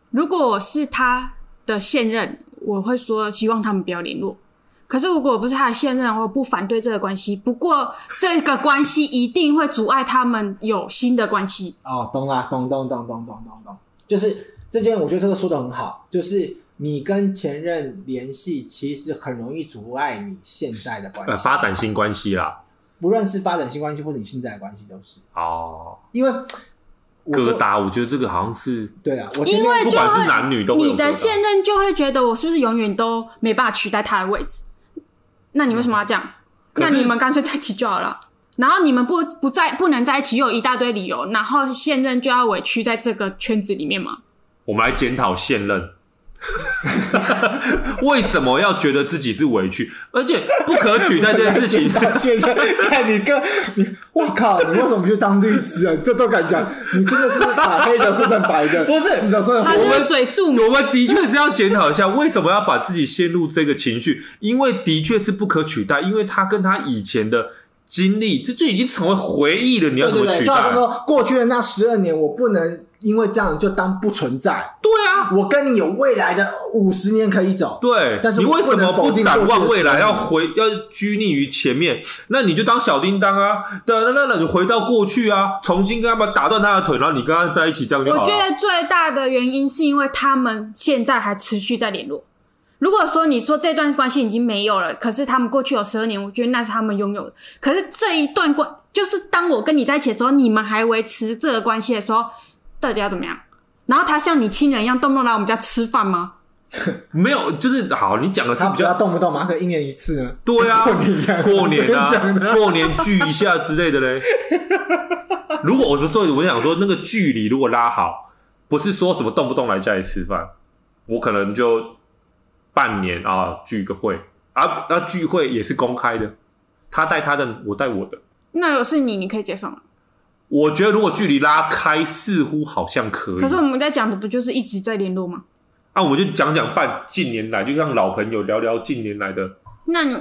Speaker 4: 如果我是他的现任，我会说希望他们不要联络。可是如果我不是他的现任，我不反对这个关系。不过这个关系一定会阻碍他们有新的关系。
Speaker 2: 哦，懂啦，懂懂懂懂懂懂懂，就是这件，我觉得这个说的很好，就是你跟前任联系，其实很容易阻碍你现在的关
Speaker 3: 呃，
Speaker 2: 系，
Speaker 3: 发展新关系啦。
Speaker 2: 不论是发展性关系或者你现在的关系都是，
Speaker 3: 哦，
Speaker 2: 因为我
Speaker 3: 疙
Speaker 2: 说
Speaker 3: 瘩，我觉得这个好像是
Speaker 2: 对啊，我前
Speaker 4: 因
Speaker 2: 面？
Speaker 4: 为
Speaker 3: 不
Speaker 4: 就
Speaker 3: 管
Speaker 4: 会
Speaker 3: 是男女都会有
Speaker 4: 你的
Speaker 3: 疙瘩
Speaker 4: 现任就会觉得我是不是永远都没办法取代他的位置？那你为什么要这样？
Speaker 3: 可
Speaker 4: 那
Speaker 3: 是
Speaker 4: 你们干脆在一起就好了。然后你们不不在不能在一起，又有一大堆理由，然后现任就要委屈在这个圈子里面嘛？
Speaker 3: 我们来检讨现任， 为什么要觉得自己是委屈，而且不可取代这件事情
Speaker 2: 现任，看你跟你，我靠，你为什么不去当律师啊？这都敢讲，你真的是把黑的说成白的，
Speaker 3: 不是
Speaker 2: 死的说成
Speaker 4: 他
Speaker 2: 活
Speaker 4: 就
Speaker 2: 的。
Speaker 4: 是嘴住嘛。
Speaker 3: 我们的确是要检讨一下，为什么要把自己陷入这个情绪？因为的确是不可取代，因为他跟他以前的经历，这就已经成为回忆了。你要
Speaker 2: 对
Speaker 3: 怎
Speaker 2: 对
Speaker 3: 么
Speaker 2: 对，
Speaker 3: 取
Speaker 2: 就
Speaker 3: 代？
Speaker 2: 好像说过去的那十二年，我不能因为这样就当不存在。
Speaker 3: 对啊，
Speaker 2: 我跟你有未来的五十年可以走。
Speaker 3: 对，
Speaker 2: 但是
Speaker 3: 你
Speaker 2: 我
Speaker 3: 为
Speaker 2: 不
Speaker 3: 什
Speaker 2: 能
Speaker 3: 么
Speaker 2: 否
Speaker 3: 不
Speaker 2: 定
Speaker 3: 展
Speaker 2: 过去
Speaker 3: 望
Speaker 2: 的
Speaker 3: 未来，
Speaker 2: 生
Speaker 3: 要
Speaker 2: 活
Speaker 3: 回要拘泥于前面？那你就当小叮当啊，对，那那那你回到过去啊，重新跟他们打断他的腿，然后你跟他在一起，这样就
Speaker 4: 我
Speaker 3: 好
Speaker 4: 觉
Speaker 3: 了。
Speaker 4: 得最大的原因是因为他们现在还持续在联络。如果说你说这段关系已经没有了，可是他们过去有十二年，我觉得那是他们拥有的。可是这一段关，就是当我跟你在一起的时候，你们还维持这个关系的时候，到底要怎么样？然后他像你亲人一样动不动来我们家吃饭吗？
Speaker 3: 没有，就是好，你讲的是
Speaker 2: 他
Speaker 3: 比
Speaker 2: 比较
Speaker 3: 较
Speaker 2: 动不动马可一年一次呢。
Speaker 3: 对啊，
Speaker 2: 过年一样
Speaker 3: 过年
Speaker 2: 我跟你讲
Speaker 3: 啊，
Speaker 2: 的
Speaker 3: 过年聚一下之类的嘞。如果我是说，我想说那个距离如果拉好，不是说什么动不动来家里吃饭，我可能就半年啊聚个会啊，那聚会也是公开的，他带他的，我带我的。
Speaker 4: 那有是你，你可以接受吗？
Speaker 3: 我觉得如果距离拉开，似乎好像可以。
Speaker 4: 可是我们在讲的不就是一直在联络吗？
Speaker 3: 啊，我就讲讲半近年来，就像老朋友聊聊近年来的，
Speaker 4: 那你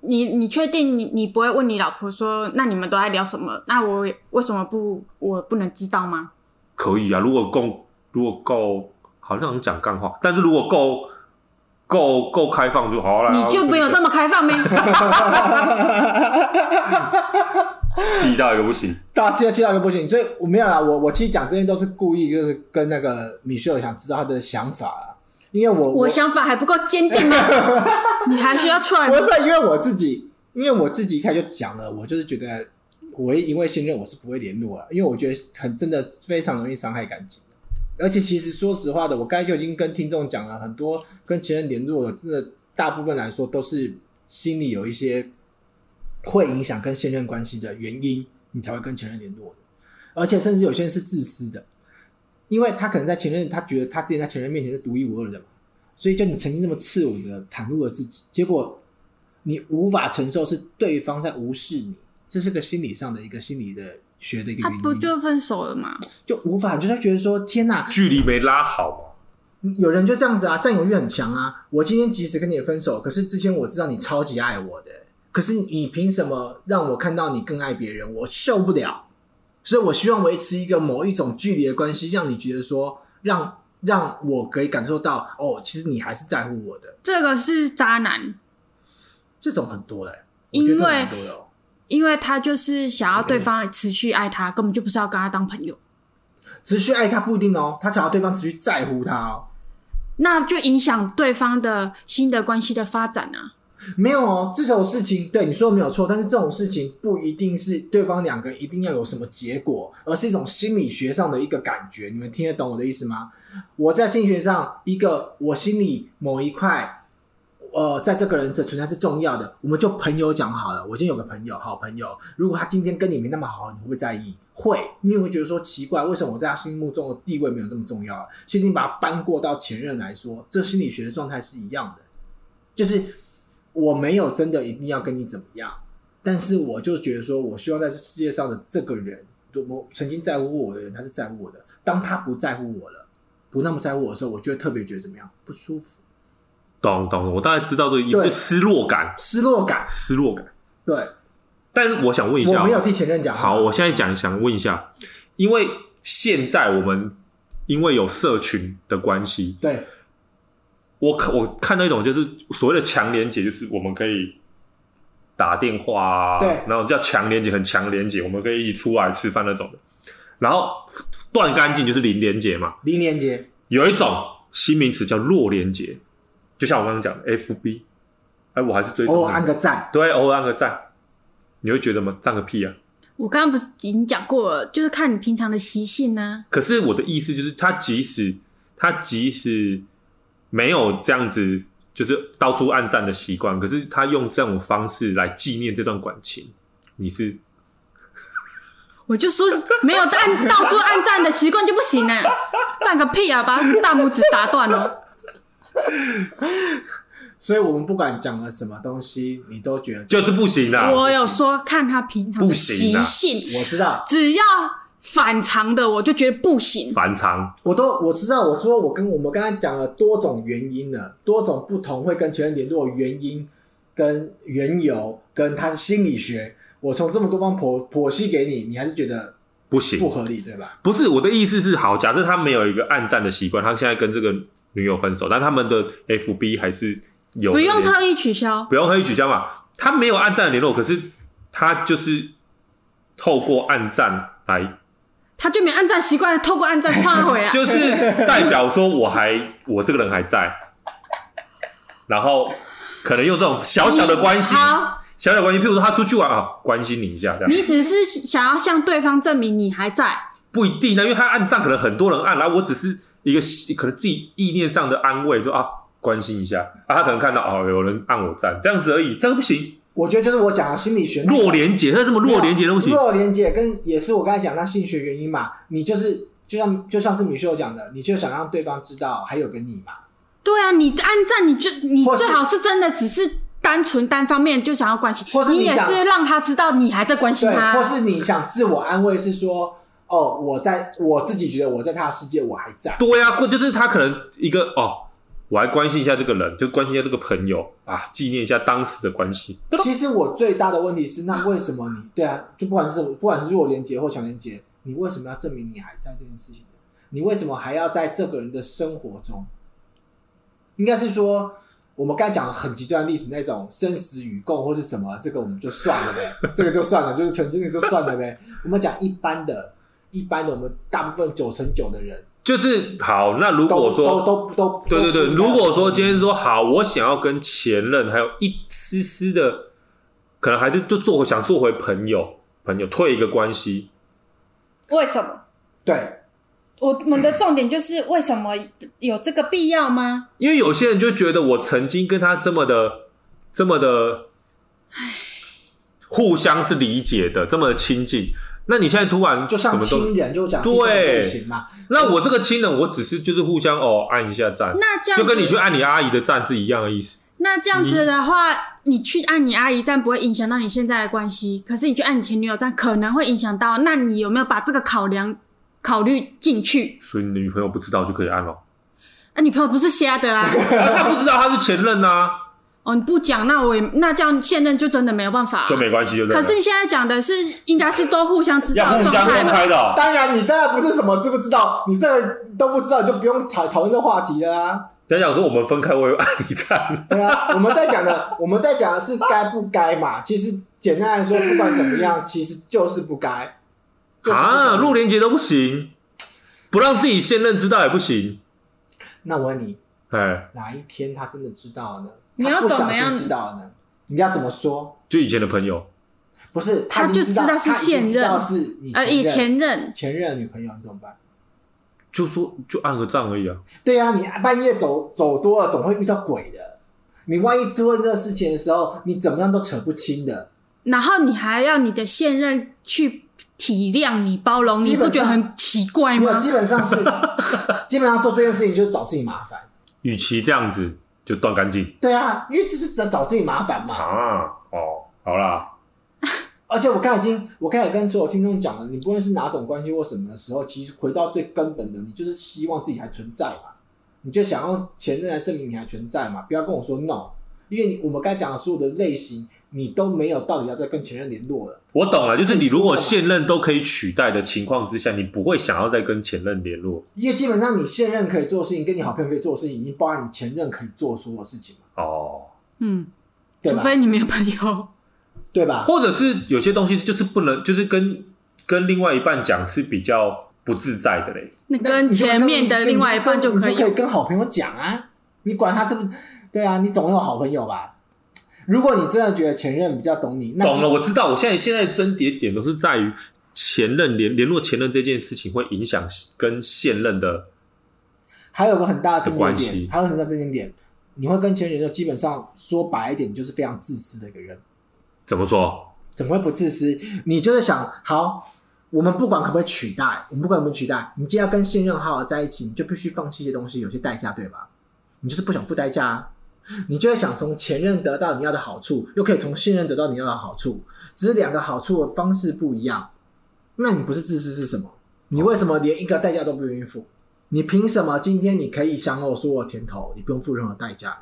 Speaker 4: 你你确定你你不会问你老婆说，那你们都在聊什么？那我也为什么不我不能知道吗？
Speaker 3: 可以啊。如果够，如果够，好像很讲干话，但是如果够够够开放就好了。
Speaker 4: 你就没有那么开放没？
Speaker 3: 气到一个不行。
Speaker 2: 大家气到一个不行，所以我没有啦，我我其实讲这些都是故意，就是跟那个米秀想知道他的想法啦，因为我
Speaker 4: 我想法还不够坚定 吗？你还需要 try
Speaker 2: 不
Speaker 4: 吗？
Speaker 2: 是因为我自己，因为我自己一开始就讲了，我就是觉得我因为信任我是不会联络了，因为我觉得很真的非常容易伤害感情的而且其实说实话的，我刚才就已经跟听众讲了很多跟前任联络的，真的大部分来说都是心里有一些会影响跟现任关系的原因，你才会跟前任联络的。而且甚至有些人是自私的，因为他可能在前任，他觉得他自己在前任面前是独一无二的嘛，所以就你曾经这么赤裸的袒露了自己，结果你无法承受是对方在无视你，这是个心理上的一个心理的学的一个
Speaker 4: 他
Speaker 2: 原因，
Speaker 4: 不就分手了吗？
Speaker 2: 就无法，就是觉得说天哪，
Speaker 3: 距离没拉好嘛，
Speaker 2: 有人就这样子啊，占有欲很强啊。我今天即使跟你分手，可是之前我知道你超级爱我的，可是你凭什么让我看到你更爱别人？我受不了。所以我希望维持一个某一种距离的关系，让你觉得说，让让我可以感受到，哦，其实你还是在乎我的。
Speaker 4: 这个是渣男，
Speaker 2: 这种很多的，
Speaker 4: 因
Speaker 2: 我
Speaker 4: 为
Speaker 2: 觉得这种很多的哦、
Speaker 4: 因为他就是想要对方持续爱他，根本就不是要跟他当朋友，
Speaker 2: 持续爱他不一定哦，他想要对方持续在乎他哦。
Speaker 4: 那就影响对方的新的关系的发展啊。
Speaker 2: 没有哦，这种事情对你说的没有错，但是这种事情不一定是对方两个人一定要有什么结果，而是一种心理学上的一个感觉。你们听得懂我的意思吗？我在心理学上，一个我心里某一块，呃，在这个人的存在是重要的，我们就朋友讲好了。我今天有个朋友，好朋友，如果他今天跟你没那么好，你会不会在意？会，因为你会觉得说奇怪，为什么我在他心目中的地位没有这么重要啊？其实你把它搬过到前任来说，这心理学的状态是一样的。就是我没有真的一定要跟你怎么样，但是我就觉得说，我希望在这世界上的这个人，我曾经在乎我的人，他是在乎我的。当他不在乎我了，不那么在乎我的时候，我就会特别觉得怎么样不舒服，
Speaker 3: 懂懂，懂我大概知道这个意
Speaker 2: 对
Speaker 3: 思，失落感，
Speaker 2: 失落感。
Speaker 3: 失落感。
Speaker 2: 对，
Speaker 3: 但是我想问一下哦，
Speaker 2: 我没有替前任讲
Speaker 3: 好，我现在讲想问一下，因为现在我们因为有社群的关系，
Speaker 2: 对
Speaker 3: 我看我看到一种就是所谓的强连接，就是我们可以打电话啊，
Speaker 2: 对
Speaker 3: 然后叫强连接，很强连接，我们可以一起出来吃饭那种的。然后断干净就是零连接嘛，
Speaker 2: 零连接，
Speaker 3: 有一种新名词叫弱连接，就像我刚刚讲的 FB，哎，我还是追踪
Speaker 2: 偶
Speaker 3: 你
Speaker 2: 尔按个赞，
Speaker 3: 对，偶尔按个赞，你会觉得吗？赞个屁啊！
Speaker 4: 我刚刚不是已经讲过了，就是看你平常的习性呢、
Speaker 3: 可是我的意思就是，他即使他即使没有这样子，就是到处暗赞的习惯，可是他用这种方式来纪念这段感情，你是
Speaker 4: 我就说没有 按到处按赞的习惯就不行呢、赞个屁啊！把大拇指打断哦 了。
Speaker 2: 所以我们不管讲了什么东西，你都觉得
Speaker 3: 就是不行啦、
Speaker 4: 我有说看他平常的习
Speaker 3: 不
Speaker 4: 性，
Speaker 2: 我知道，
Speaker 4: 只要反常的我就觉得不行。
Speaker 3: 反常，
Speaker 2: 我都我知道，我说我跟我们刚才讲了多种原因了，多种不同会跟前任联络的原因、跟缘由、跟他的心理学，我从这么多方剖剖析给你，你还是觉得
Speaker 3: 不行，
Speaker 2: 不合理，对吧？
Speaker 3: 不是我的意思是，好，假设他没有一个暗赞的习惯，他现在跟这个女友分手，但他们的 FB 还是有
Speaker 4: 不用
Speaker 3: 连
Speaker 4: 特意取消，
Speaker 3: 不用刻意取消嘛，他没有暗赞的联络，可是他就是透过暗赞来，
Speaker 4: 他就没按赞习惯，透过按赞忏悔啊。
Speaker 3: 就是代表说我还我这个人还在，然后可能用这种小小的关系，
Speaker 4: 好，
Speaker 3: 小小的关系，譬如说他出去玩啊，关心你一下这样，
Speaker 4: 你只是想要向对方证明你还在，
Speaker 3: 不一定呢，因为他暗赞可能很多人按，然后我只是一个可能自己意念上的安慰，就啊关心一下啊，他可能看到哦有人按我赞，这样子而已，这样不行，
Speaker 2: 我觉得就是我讲的心理学
Speaker 3: 弱连结，他这么弱连结都不行，
Speaker 2: 弱连接跟也是我刚才讲到心理学原因嘛，你就是就像就像是米秀讲的，你就想让对方知道还有个你嘛，
Speaker 4: 对啊，你按赞你就你
Speaker 2: 或是
Speaker 4: 最好是真的只是单纯单方面就想要关心
Speaker 2: 或，是你
Speaker 4: 你也
Speaker 2: 想
Speaker 4: 是让他知道你还在关心
Speaker 2: 对，
Speaker 4: 他，
Speaker 2: 或是你想自我安慰是说，哦，我在我自己觉得我在他的世界我还在，
Speaker 3: 对啊呀、或就是他可能一个哦，我还关心一下这个人，就关心一下这个朋友啊，纪念一下当时的关系。
Speaker 2: 其实我最大的问题是，那为什么你对啊？就不管是什么不管是弱连接或强连接，你为什么要证明你还在这件事情呢？你为什么还要在这个人的生活中？应该是说，我们刚才讲的很极端的例子，那种生死与共或是什么，这个我们就算了呗， 这个就算了，就是曾经的就算了呗。我们讲一般的，一般的，我们大部分九成九的人
Speaker 3: 就是好，那如
Speaker 2: 都
Speaker 3: 果说
Speaker 2: 都都都
Speaker 3: 对对
Speaker 2: 都
Speaker 3: 对，
Speaker 2: 都
Speaker 3: 如果说今天说好，我想要跟前任还有一丝丝的，可能还是就做回想做回朋友，朋友退一个关系，
Speaker 4: 为什么？
Speaker 2: 对
Speaker 4: 我我们的重点就是为什么有这个必要吗？
Speaker 3: 因为有些人就觉得我曾经跟他这么的这么的，互相是理解的，这么的亲近，那你现在突然
Speaker 2: 就
Speaker 3: 什
Speaker 2: 像
Speaker 3: 么都
Speaker 2: 亲，人就讲
Speaker 3: 对
Speaker 2: 第三类型嘛，
Speaker 3: 那我这个亲人，我只是就是互相哦按一下赞，
Speaker 4: 那这样
Speaker 3: 就跟你
Speaker 4: 子
Speaker 3: 去按你阿姨的赞是一样的意思。
Speaker 4: 那这样子的话，你去按你阿姨站不会影响到你现在的关系，可是你去按你前女友站可能会影响到。那你有没有把这个考量考虑进去？
Speaker 3: 所以你女朋友不知道就可以按了，
Speaker 4: 啊，你朋友不是瞎的啊！
Speaker 3: 她哦不知道她是前任啊，
Speaker 4: 哦，你不讲，那我也那这样现任就真的没有办法啊、
Speaker 3: 就没关系，就对了
Speaker 4: 可是你现在讲的是应该是都互相知
Speaker 3: 要
Speaker 4: 道的
Speaker 3: 互相
Speaker 4: 状态
Speaker 3: 公
Speaker 4: 嘛，
Speaker 3: 开的哦、
Speaker 2: 当然，你当然不是什么知不知道，你这个都不知道，你就不用讨讨论这话题了啊。
Speaker 3: 等一下我说我们分开，我有按 你赞，
Speaker 2: 对啊， 我们在讲的，我们在讲的是该不该嘛。其实简单来说，不管怎么样，其实就是不该。就是不该
Speaker 3: 啊，录连结都不行，不让自己现任知道也不行，
Speaker 2: 那我问你，
Speaker 3: 哎，
Speaker 2: 哪一天他真的知道了呢？
Speaker 4: 你要
Speaker 2: 他不
Speaker 4: 怎
Speaker 2: 小
Speaker 4: 么样
Speaker 2: 心知道了呢？你要怎么说？
Speaker 3: 就以前的朋友，
Speaker 2: 不是，
Speaker 4: 他
Speaker 2: 已经
Speaker 4: 就知
Speaker 2: 道
Speaker 4: 道是
Speaker 2: 他已经
Speaker 4: 现
Speaker 2: 知道
Speaker 4: 任
Speaker 2: 是你
Speaker 4: 呃，以
Speaker 2: 前任
Speaker 4: 前任
Speaker 2: 前任的女朋友，你怎么办？
Speaker 3: 就说就按个赞而已啊，
Speaker 2: 对呀、啊，你半夜走走多了，总会遇到鬼的。你万一知道这个事情的时候，你怎么样都扯不清的。
Speaker 4: 然后你还要你的现任去体谅你、包容你，
Speaker 2: 基
Speaker 4: 不
Speaker 2: 本上
Speaker 4: 觉得很奇怪
Speaker 2: 没有，
Speaker 4: 吗？
Speaker 2: 基本上是，基本上做这件事情就是找自己麻烦。
Speaker 3: 与其这样子就断干净
Speaker 2: 对啊，因为这是找找自己麻烦嘛。
Speaker 3: 啊，哦，好啦，
Speaker 2: 而且我刚才已经，我刚才跟所有听众讲了，你不论是哪种关系或什么的时候，其实回到最根本的，你就是希望自己还存在嘛，你就想用前任来证明你还存在嘛，不要跟我说 no，因为你我们刚才讲的所有的类型，你都没有到底要再跟前任联络了。
Speaker 3: 我懂了，就是你如果现任都可以取代的情况之下，你不会想要再跟前任联络
Speaker 2: 因为基本上你现任可以做的事情，跟你好朋友可以做的事情，已经包含你前任可以做的所有事情嘛，
Speaker 3: 哦，
Speaker 4: 嗯，
Speaker 2: 对
Speaker 4: 除
Speaker 2: 吧？
Speaker 4: 非你没有朋友。
Speaker 2: 对吧？
Speaker 3: 或者是有些东西就是不能，就是跟跟另外一半讲是比较不自在的嘞。
Speaker 4: 那
Speaker 2: 那
Speaker 4: 跟
Speaker 2: 你就
Speaker 4: 前面的另外一半
Speaker 2: 就
Speaker 4: 可
Speaker 2: 你
Speaker 4: 以
Speaker 2: 就可以跟好朋友讲啊，你管他是不是？对啊，你总有好朋友吧？如果你真的觉得前任比较懂你，那
Speaker 3: 懂了，我知道，我现在现在争跌点都是在于前任联联络前任这件事情会影响跟现任的，
Speaker 2: 还有个很大的争
Speaker 3: 关
Speaker 2: 议
Speaker 3: 系
Speaker 2: 点，还有很大的争议点，你会跟前任就基本上说白一点，你就是非常自私的一个人。
Speaker 3: 怎么说？
Speaker 2: 怎么会不自私？你就是想，好，我们不管可不可以取代，我们不管有没有取代，你既然要跟现任好好在一起，你就必须放弃一些东西，有些代价，对吧？你就是不想付代价啊，你就会想从前任得到你要的好处，又可以从现任得到你要的好处，只是两个好处的方式不一样。那你不是自私是什么？你为什么连一个代价都不愿意付？你凭什么今天你可以享有所有甜头，你不用付任何代价？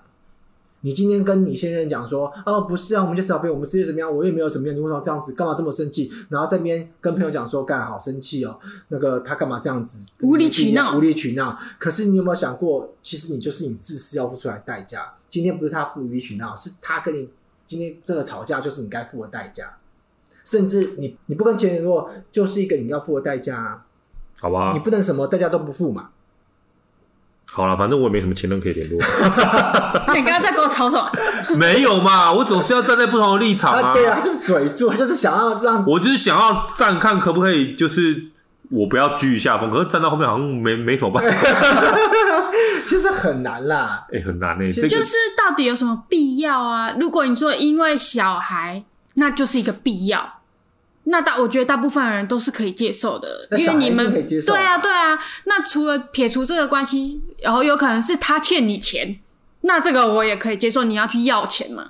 Speaker 2: 你今天跟你现任讲说，哦，不是啊，我们就找朋友，我们直接怎么样，我也没有怎么样，你为什么这样子？干嘛这么生气？然后这边跟朋友讲说，干好生气哦，那个他干嘛这样子，
Speaker 4: 无理取闹
Speaker 2: 无理取闹。可是你有没有想过，其实你就是你自私要付出来的代价。今天不是他付无理取闹，是他跟你今天这个吵架就是你该付的代价。甚至你你不跟前任联络，就是一个你要付的代价啊！
Speaker 3: 好吧
Speaker 2: 你，不能什么代价都不付嘛。
Speaker 3: 好了，反正我也没什么前任可以联络，
Speaker 4: 你刚刚在跟我吵什么？
Speaker 3: 没有嘛，我总是要站在不同的立场
Speaker 2: 啊，对啊，他就是嘴住，他就是想要 让
Speaker 3: 我就是想要站看可不可以，就是我不要居于下风，可是站到后面好像没没什么办法，
Speaker 2: 其实很难啦。
Speaker 3: 哎、很难哎、
Speaker 2: 其
Speaker 3: 这
Speaker 2: 实
Speaker 3: 个
Speaker 4: 就是到底有什么必要啊？如果你说因为小孩，那就是一个必要。那大我觉得大部分人都是可以接受的，
Speaker 2: 那
Speaker 4: 因
Speaker 2: 小
Speaker 4: 为
Speaker 2: 孩
Speaker 4: 你们
Speaker 2: 一定可以接受啊
Speaker 4: 对啊对啊。那除了撇除这个关系，然后有可能是他欠你钱，那这个我也可以接受，你要去要钱嘛。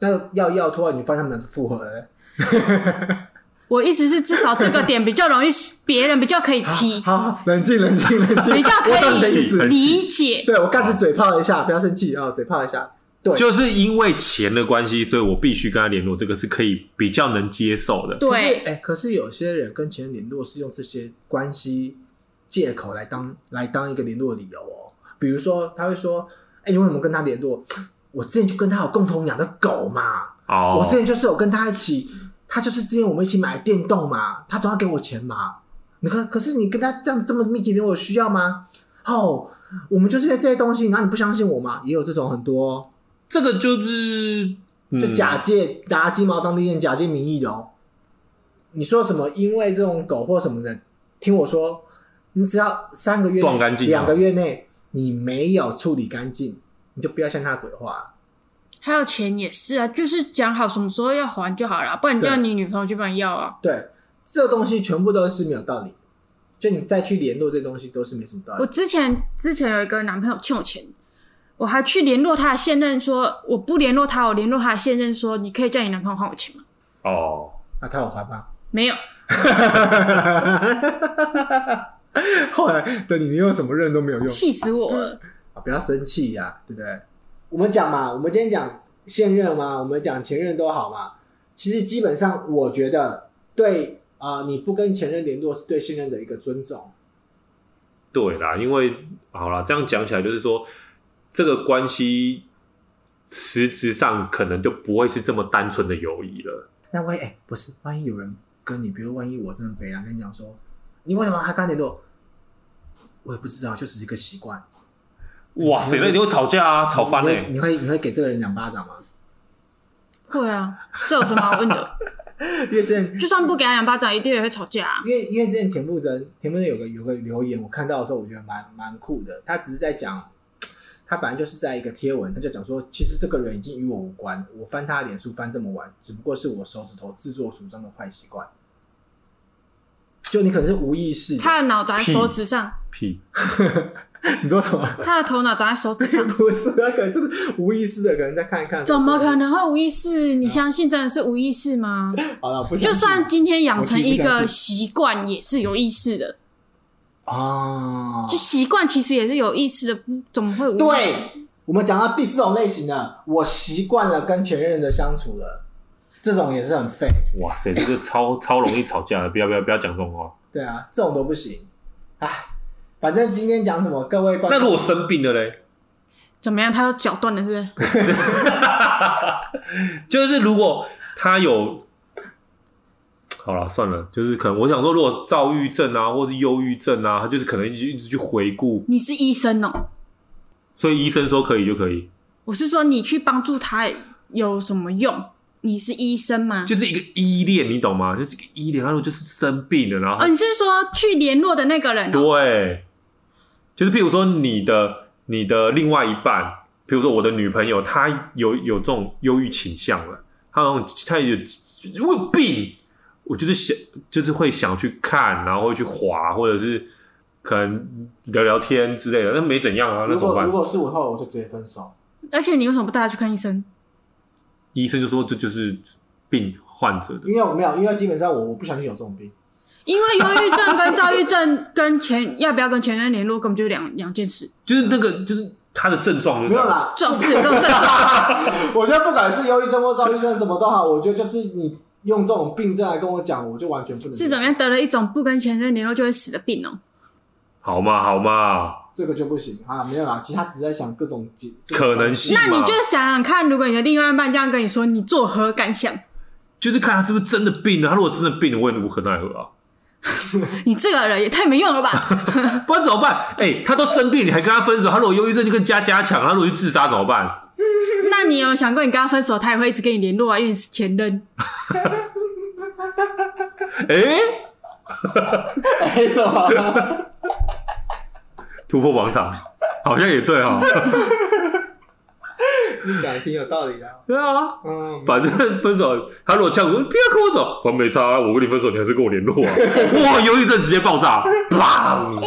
Speaker 2: 那要要突然你发现他们俩是复合的，
Speaker 4: 我意思是，至少这个点比较容易， 别人比较可以提，
Speaker 2: 啊好好，冷静冷静冷静，
Speaker 4: 比较可
Speaker 2: 我懂你的意
Speaker 4: 以
Speaker 2: 思
Speaker 3: 很
Speaker 4: 理解。
Speaker 2: 对我刚才嘴炮一下，不要生气啊、哦，嘴炮一下。对，
Speaker 3: 就是因为钱的关系，所以我必须跟他联络，这个是可以比较能接受的。
Speaker 2: 可是
Speaker 4: 对，
Speaker 2: 哎、可是有些人跟前任联络是用这些关系借口来当来当一个联络理由哦。比如说，他会说：“哎、你为什么跟他联络？我之前就跟他有共同养的狗嘛，
Speaker 3: 哦，
Speaker 2: 我之前就是有跟他一起，他就是之前我们一起买电动嘛，他总要给我钱嘛。你看，可是你跟他这样这么密集联络，有需要吗？哦，我们就是因为这些东西，然后你不相信我嘛，也有这种很多哦、
Speaker 3: 这个就是
Speaker 2: 就
Speaker 3: 嗯
Speaker 2: 假借拿鸡毛当利剑，假借名义的哦。你说什么？因为这种狗或什么的，听我说，你只要三个月内、
Speaker 3: 断干净啊
Speaker 2: 两个月内你没有处理干净，你就不要像他鬼话。
Speaker 4: 还有钱也是啊，就是讲好什么时候要还就好了，不然你叫
Speaker 2: 对
Speaker 4: 你女朋友去帮你要啊。
Speaker 2: 对，这东西全部都是没有道理的，就你再去联络这东西都是没什么道
Speaker 4: 我
Speaker 2: 理。
Speaker 4: 之前之前有一个男朋友欠我钱，我还去联络他的现任说，我不联络他，我联络他的现任说，你可以叫你男朋友还我钱吗？
Speaker 3: 哦，
Speaker 2: 那、他有还吗？
Speaker 4: 没有，
Speaker 2: 后来对你用什么认都没有用
Speaker 4: 气死我了。
Speaker 2: 啊！不要生气呀、对不对？我们讲嘛，我们今天讲现任嘛，我们讲前任都好嘛。其实基本上，我觉得对啊、呃你不跟前任联络是对现任的一个尊重。
Speaker 3: 对啦，因为好啦，这样讲起来就是说，这个关系实质上可能就不会是这么单纯的友谊了。
Speaker 2: 那万一哎，不是，万一有人跟你，比如万一我真的北凉跟你讲说，你为什么还跟他联络？我也不知道，就只是一个习惯。
Speaker 3: 哇塞，那你会吵架啊，吵翻嘞、
Speaker 2: 你会你会你会给这个人两巴掌吗？
Speaker 4: 会啊，这有什么好问的？
Speaker 2: 因为之前
Speaker 4: 就算不给他两巴掌，一定也会吵架、啊。
Speaker 2: 因为因为之前田馥甄，田馥甄有个有个留言，我看到的时候我觉得蛮蛮酷的。他只是在讲，他本来就是在一个贴文，他就讲说，其实这个人已经与我无关，我翻他的脸书翻这么晚，只不过是我手指头自作主张的坏习惯。就你可能是无意识的，
Speaker 4: 他的脑长在手指上，
Speaker 3: 屁！
Speaker 2: 你说什么？
Speaker 4: 他的头脑长在手指 上，
Speaker 2: 不是，他可能就是无意识的，可能再看一看。
Speaker 4: 怎么可？能会无意识？你相信真的是无意识吗？
Speaker 2: 好了，不相信
Speaker 4: 就算今天养成一
Speaker 2: 我其实不
Speaker 4: 个
Speaker 2: 相
Speaker 4: 习惯，也是有意识的。
Speaker 3: 哦
Speaker 2: 啊，
Speaker 4: 就习惯其实也是有意识的，不怎么会无意识？
Speaker 2: 对，我们讲到第四种类型了，我习惯了跟前任的相处了，这种也是很废。
Speaker 3: 哇塞，这个超超容易吵架的，不要不要不要讲这种话。
Speaker 2: 对啊，这种都不行。唉，反正今天讲什么，各位 观
Speaker 3: 那
Speaker 2: 众，
Speaker 3: 如果生病了嘞，
Speaker 4: 怎么样？他要脚断了，是不是？
Speaker 3: 就是如果他有。好了，算了，就是可能我想说，如果躁郁症啊，或是忧郁症啊，他就是可能一直一直去回顾，
Speaker 4: 你是医生哦、
Speaker 3: 所以医生说可以就可以，
Speaker 4: 我是说你去帮助他有什么用？你是医生吗？
Speaker 3: 就是一个依恋，你懂吗？就是一个依恋，然后就是生病了，然后、
Speaker 4: 哦，你是说去联络的那个人、哦？
Speaker 3: 对，就是譬如说你的你的另外一半，譬如说我的女朋友，她有有这种忧郁倾向了，她有她有我有病，我就是想就是会想去看，然后会去滑，或者是可能聊聊天之类的，那没怎样啊，那
Speaker 2: 如
Speaker 3: 怎么
Speaker 2: 果
Speaker 3: 办
Speaker 2: 如？果是我的话，我就直接分手。
Speaker 4: 而且你为什么不带他去看医生？
Speaker 3: 医生就说这就是病患者的
Speaker 2: 因为我没有，因为基本上我我不相信有这 种病。
Speaker 4: 因为忧郁症跟躁郁症跟前要不要跟前任联络根本就是两两件事，
Speaker 3: 就是那个就是他的症状就是这
Speaker 2: 没有
Speaker 3: 样
Speaker 2: 啦，
Speaker 4: 最好是有这种症状。
Speaker 2: 我觉得不管是忧郁症或躁郁症，怎么都好，我觉得就是你用这种病症来跟我讲，我就完全不能接受
Speaker 4: 是怎么样？得了一种不跟前任联络就会死的病哦、
Speaker 3: 好嘛好嘛，
Speaker 2: 这个就不行啊，没有啦。其实他只是在想各种解
Speaker 3: 可能性
Speaker 4: 那你
Speaker 3: 嘛
Speaker 4: 就想想看，如果你的另外一半这样跟你说，你作何感想？
Speaker 3: 就是看他是不是真的病了。他如果真的病了，我也无可奈何啊，
Speaker 4: 你这个人也太没用了吧！
Speaker 3: 不然怎么办？哎、他都生病，你还跟他分手？他如果忧郁症就跟加加强，他如果去自杀怎么办？
Speaker 4: 那你有想过你跟他分手，他也会一直跟你联络啊，因为你是前任。
Speaker 3: 哎、
Speaker 2: 没什么。
Speaker 3: 突破广场好像也对哦。
Speaker 2: 你讲的挺有道理的啊。
Speaker 3: 对啊，
Speaker 2: 嗯，
Speaker 3: 反正分手，他如果呛我，你不要跟我走，反正没差啊，我跟你分手，你还是跟我联络啊。哇，忧郁症直接爆炸，砰！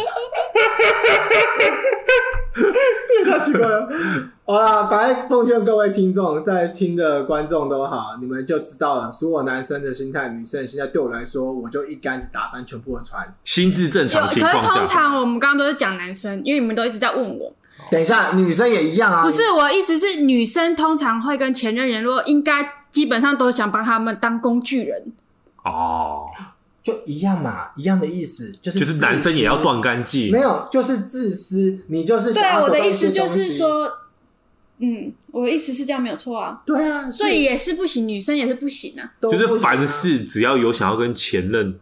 Speaker 2: 这个太奇怪了。 好啦，反正奉劝各位听众，在听的观众都好，你们就知道了。所有男生的心态，女生的心态，对我来说，我就一竿子打翻全部的船。
Speaker 4: 哦
Speaker 3: 心智正
Speaker 4: 有，
Speaker 3: 常
Speaker 4: 可
Speaker 3: 情
Speaker 4: 是
Speaker 3: 况下，
Speaker 4: 通常我们刚刚都是讲男生，因为你们都一直在问我。
Speaker 2: 等一下，女生也一样啊。
Speaker 4: 不是我的意思是，女生通常会跟前任联络，应该基本上都想把他们当工具人。
Speaker 3: 哦，
Speaker 2: 就一样嘛，一样的意思，就是
Speaker 3: 就是男生也要断
Speaker 2: 断。
Speaker 3: 干净
Speaker 2: 没。有，就是自私，你就是想
Speaker 4: 对，
Speaker 2: 要
Speaker 4: 我
Speaker 2: 得
Speaker 4: 的
Speaker 2: 到
Speaker 4: 意
Speaker 2: 一些
Speaker 4: 思就
Speaker 2: 东
Speaker 4: 是
Speaker 2: 西，
Speaker 4: 说，嗯，我的意思是这样没有错啊，
Speaker 2: 对啊，
Speaker 4: 所以也是不行，女生也是不行啊。
Speaker 2: 都
Speaker 3: 就是
Speaker 2: 不行啊
Speaker 3: 凡事只要有想要跟前任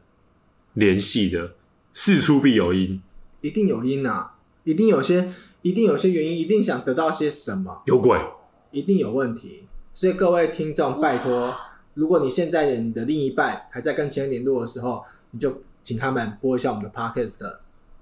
Speaker 3: 联系的，事出必有因，
Speaker 2: 一定有因啊，一定有些，一定有些原因，一定想得到些什么，
Speaker 3: 有鬼。
Speaker 2: 一定有问题。所以各位听众，拜托，如果你现在你的另一半还在跟前任联络的时候，你就请他们播一下我们的 podcast，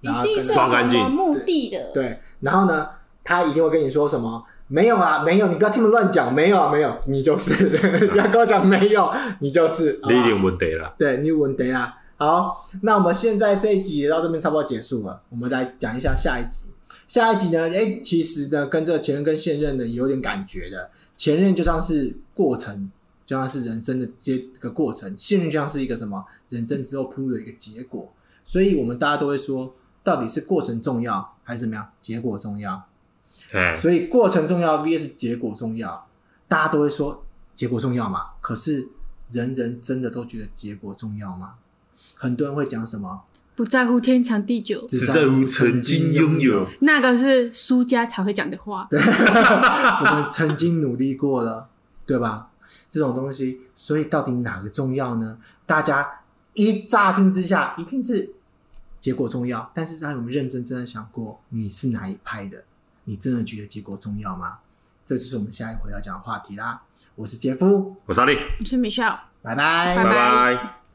Speaker 2: 然后跟他
Speaker 3: 抓干净
Speaker 5: 目的的？
Speaker 2: 对，然后呢，他一定会跟你说什么？没有啊，没有，你不要听他们乱讲，没有啊，没有，你就是 不要跟我讲没有，你就是。好不
Speaker 3: 你
Speaker 2: 好
Speaker 3: 一定问得啦，
Speaker 2: 对，你稳得啊。好，那我们现在这一集到这边差不多结束了，我们来讲一下下一集。下一集呢，哎，其实呢，跟这个前任跟现任呢有点感觉的。前任就像是过程，就像是人生的这个过程；现任就像是一个什么人生之后铺路的一个结果。所以我们大家都会说，到底是过程重要还是怎么样？结果重要。
Speaker 3: 哎，
Speaker 2: 所以过程重要 VS 结果重要，大家都会说结果重要嘛。可是人人真的都觉得结果重要吗？很多人会讲什么，
Speaker 4: 不在乎天长地久，
Speaker 2: 只
Speaker 3: 只在乎曾经拥有。
Speaker 4: 那个是输家才会讲的话。
Speaker 2: 我们曾经努力过了，对吧？这种东西，所以到底哪个重要呢？大家一乍听之下，一定是结果重要，但是让我们认真真的想过，你是哪一派的？你真的觉得结果重要吗？这就是我们下一回要讲的话题啦。我是杰夫，
Speaker 3: 我是阿力，
Speaker 4: 我是 Michelle，
Speaker 2: 拜拜
Speaker 3: 拜
Speaker 4: 拜
Speaker 3: 拜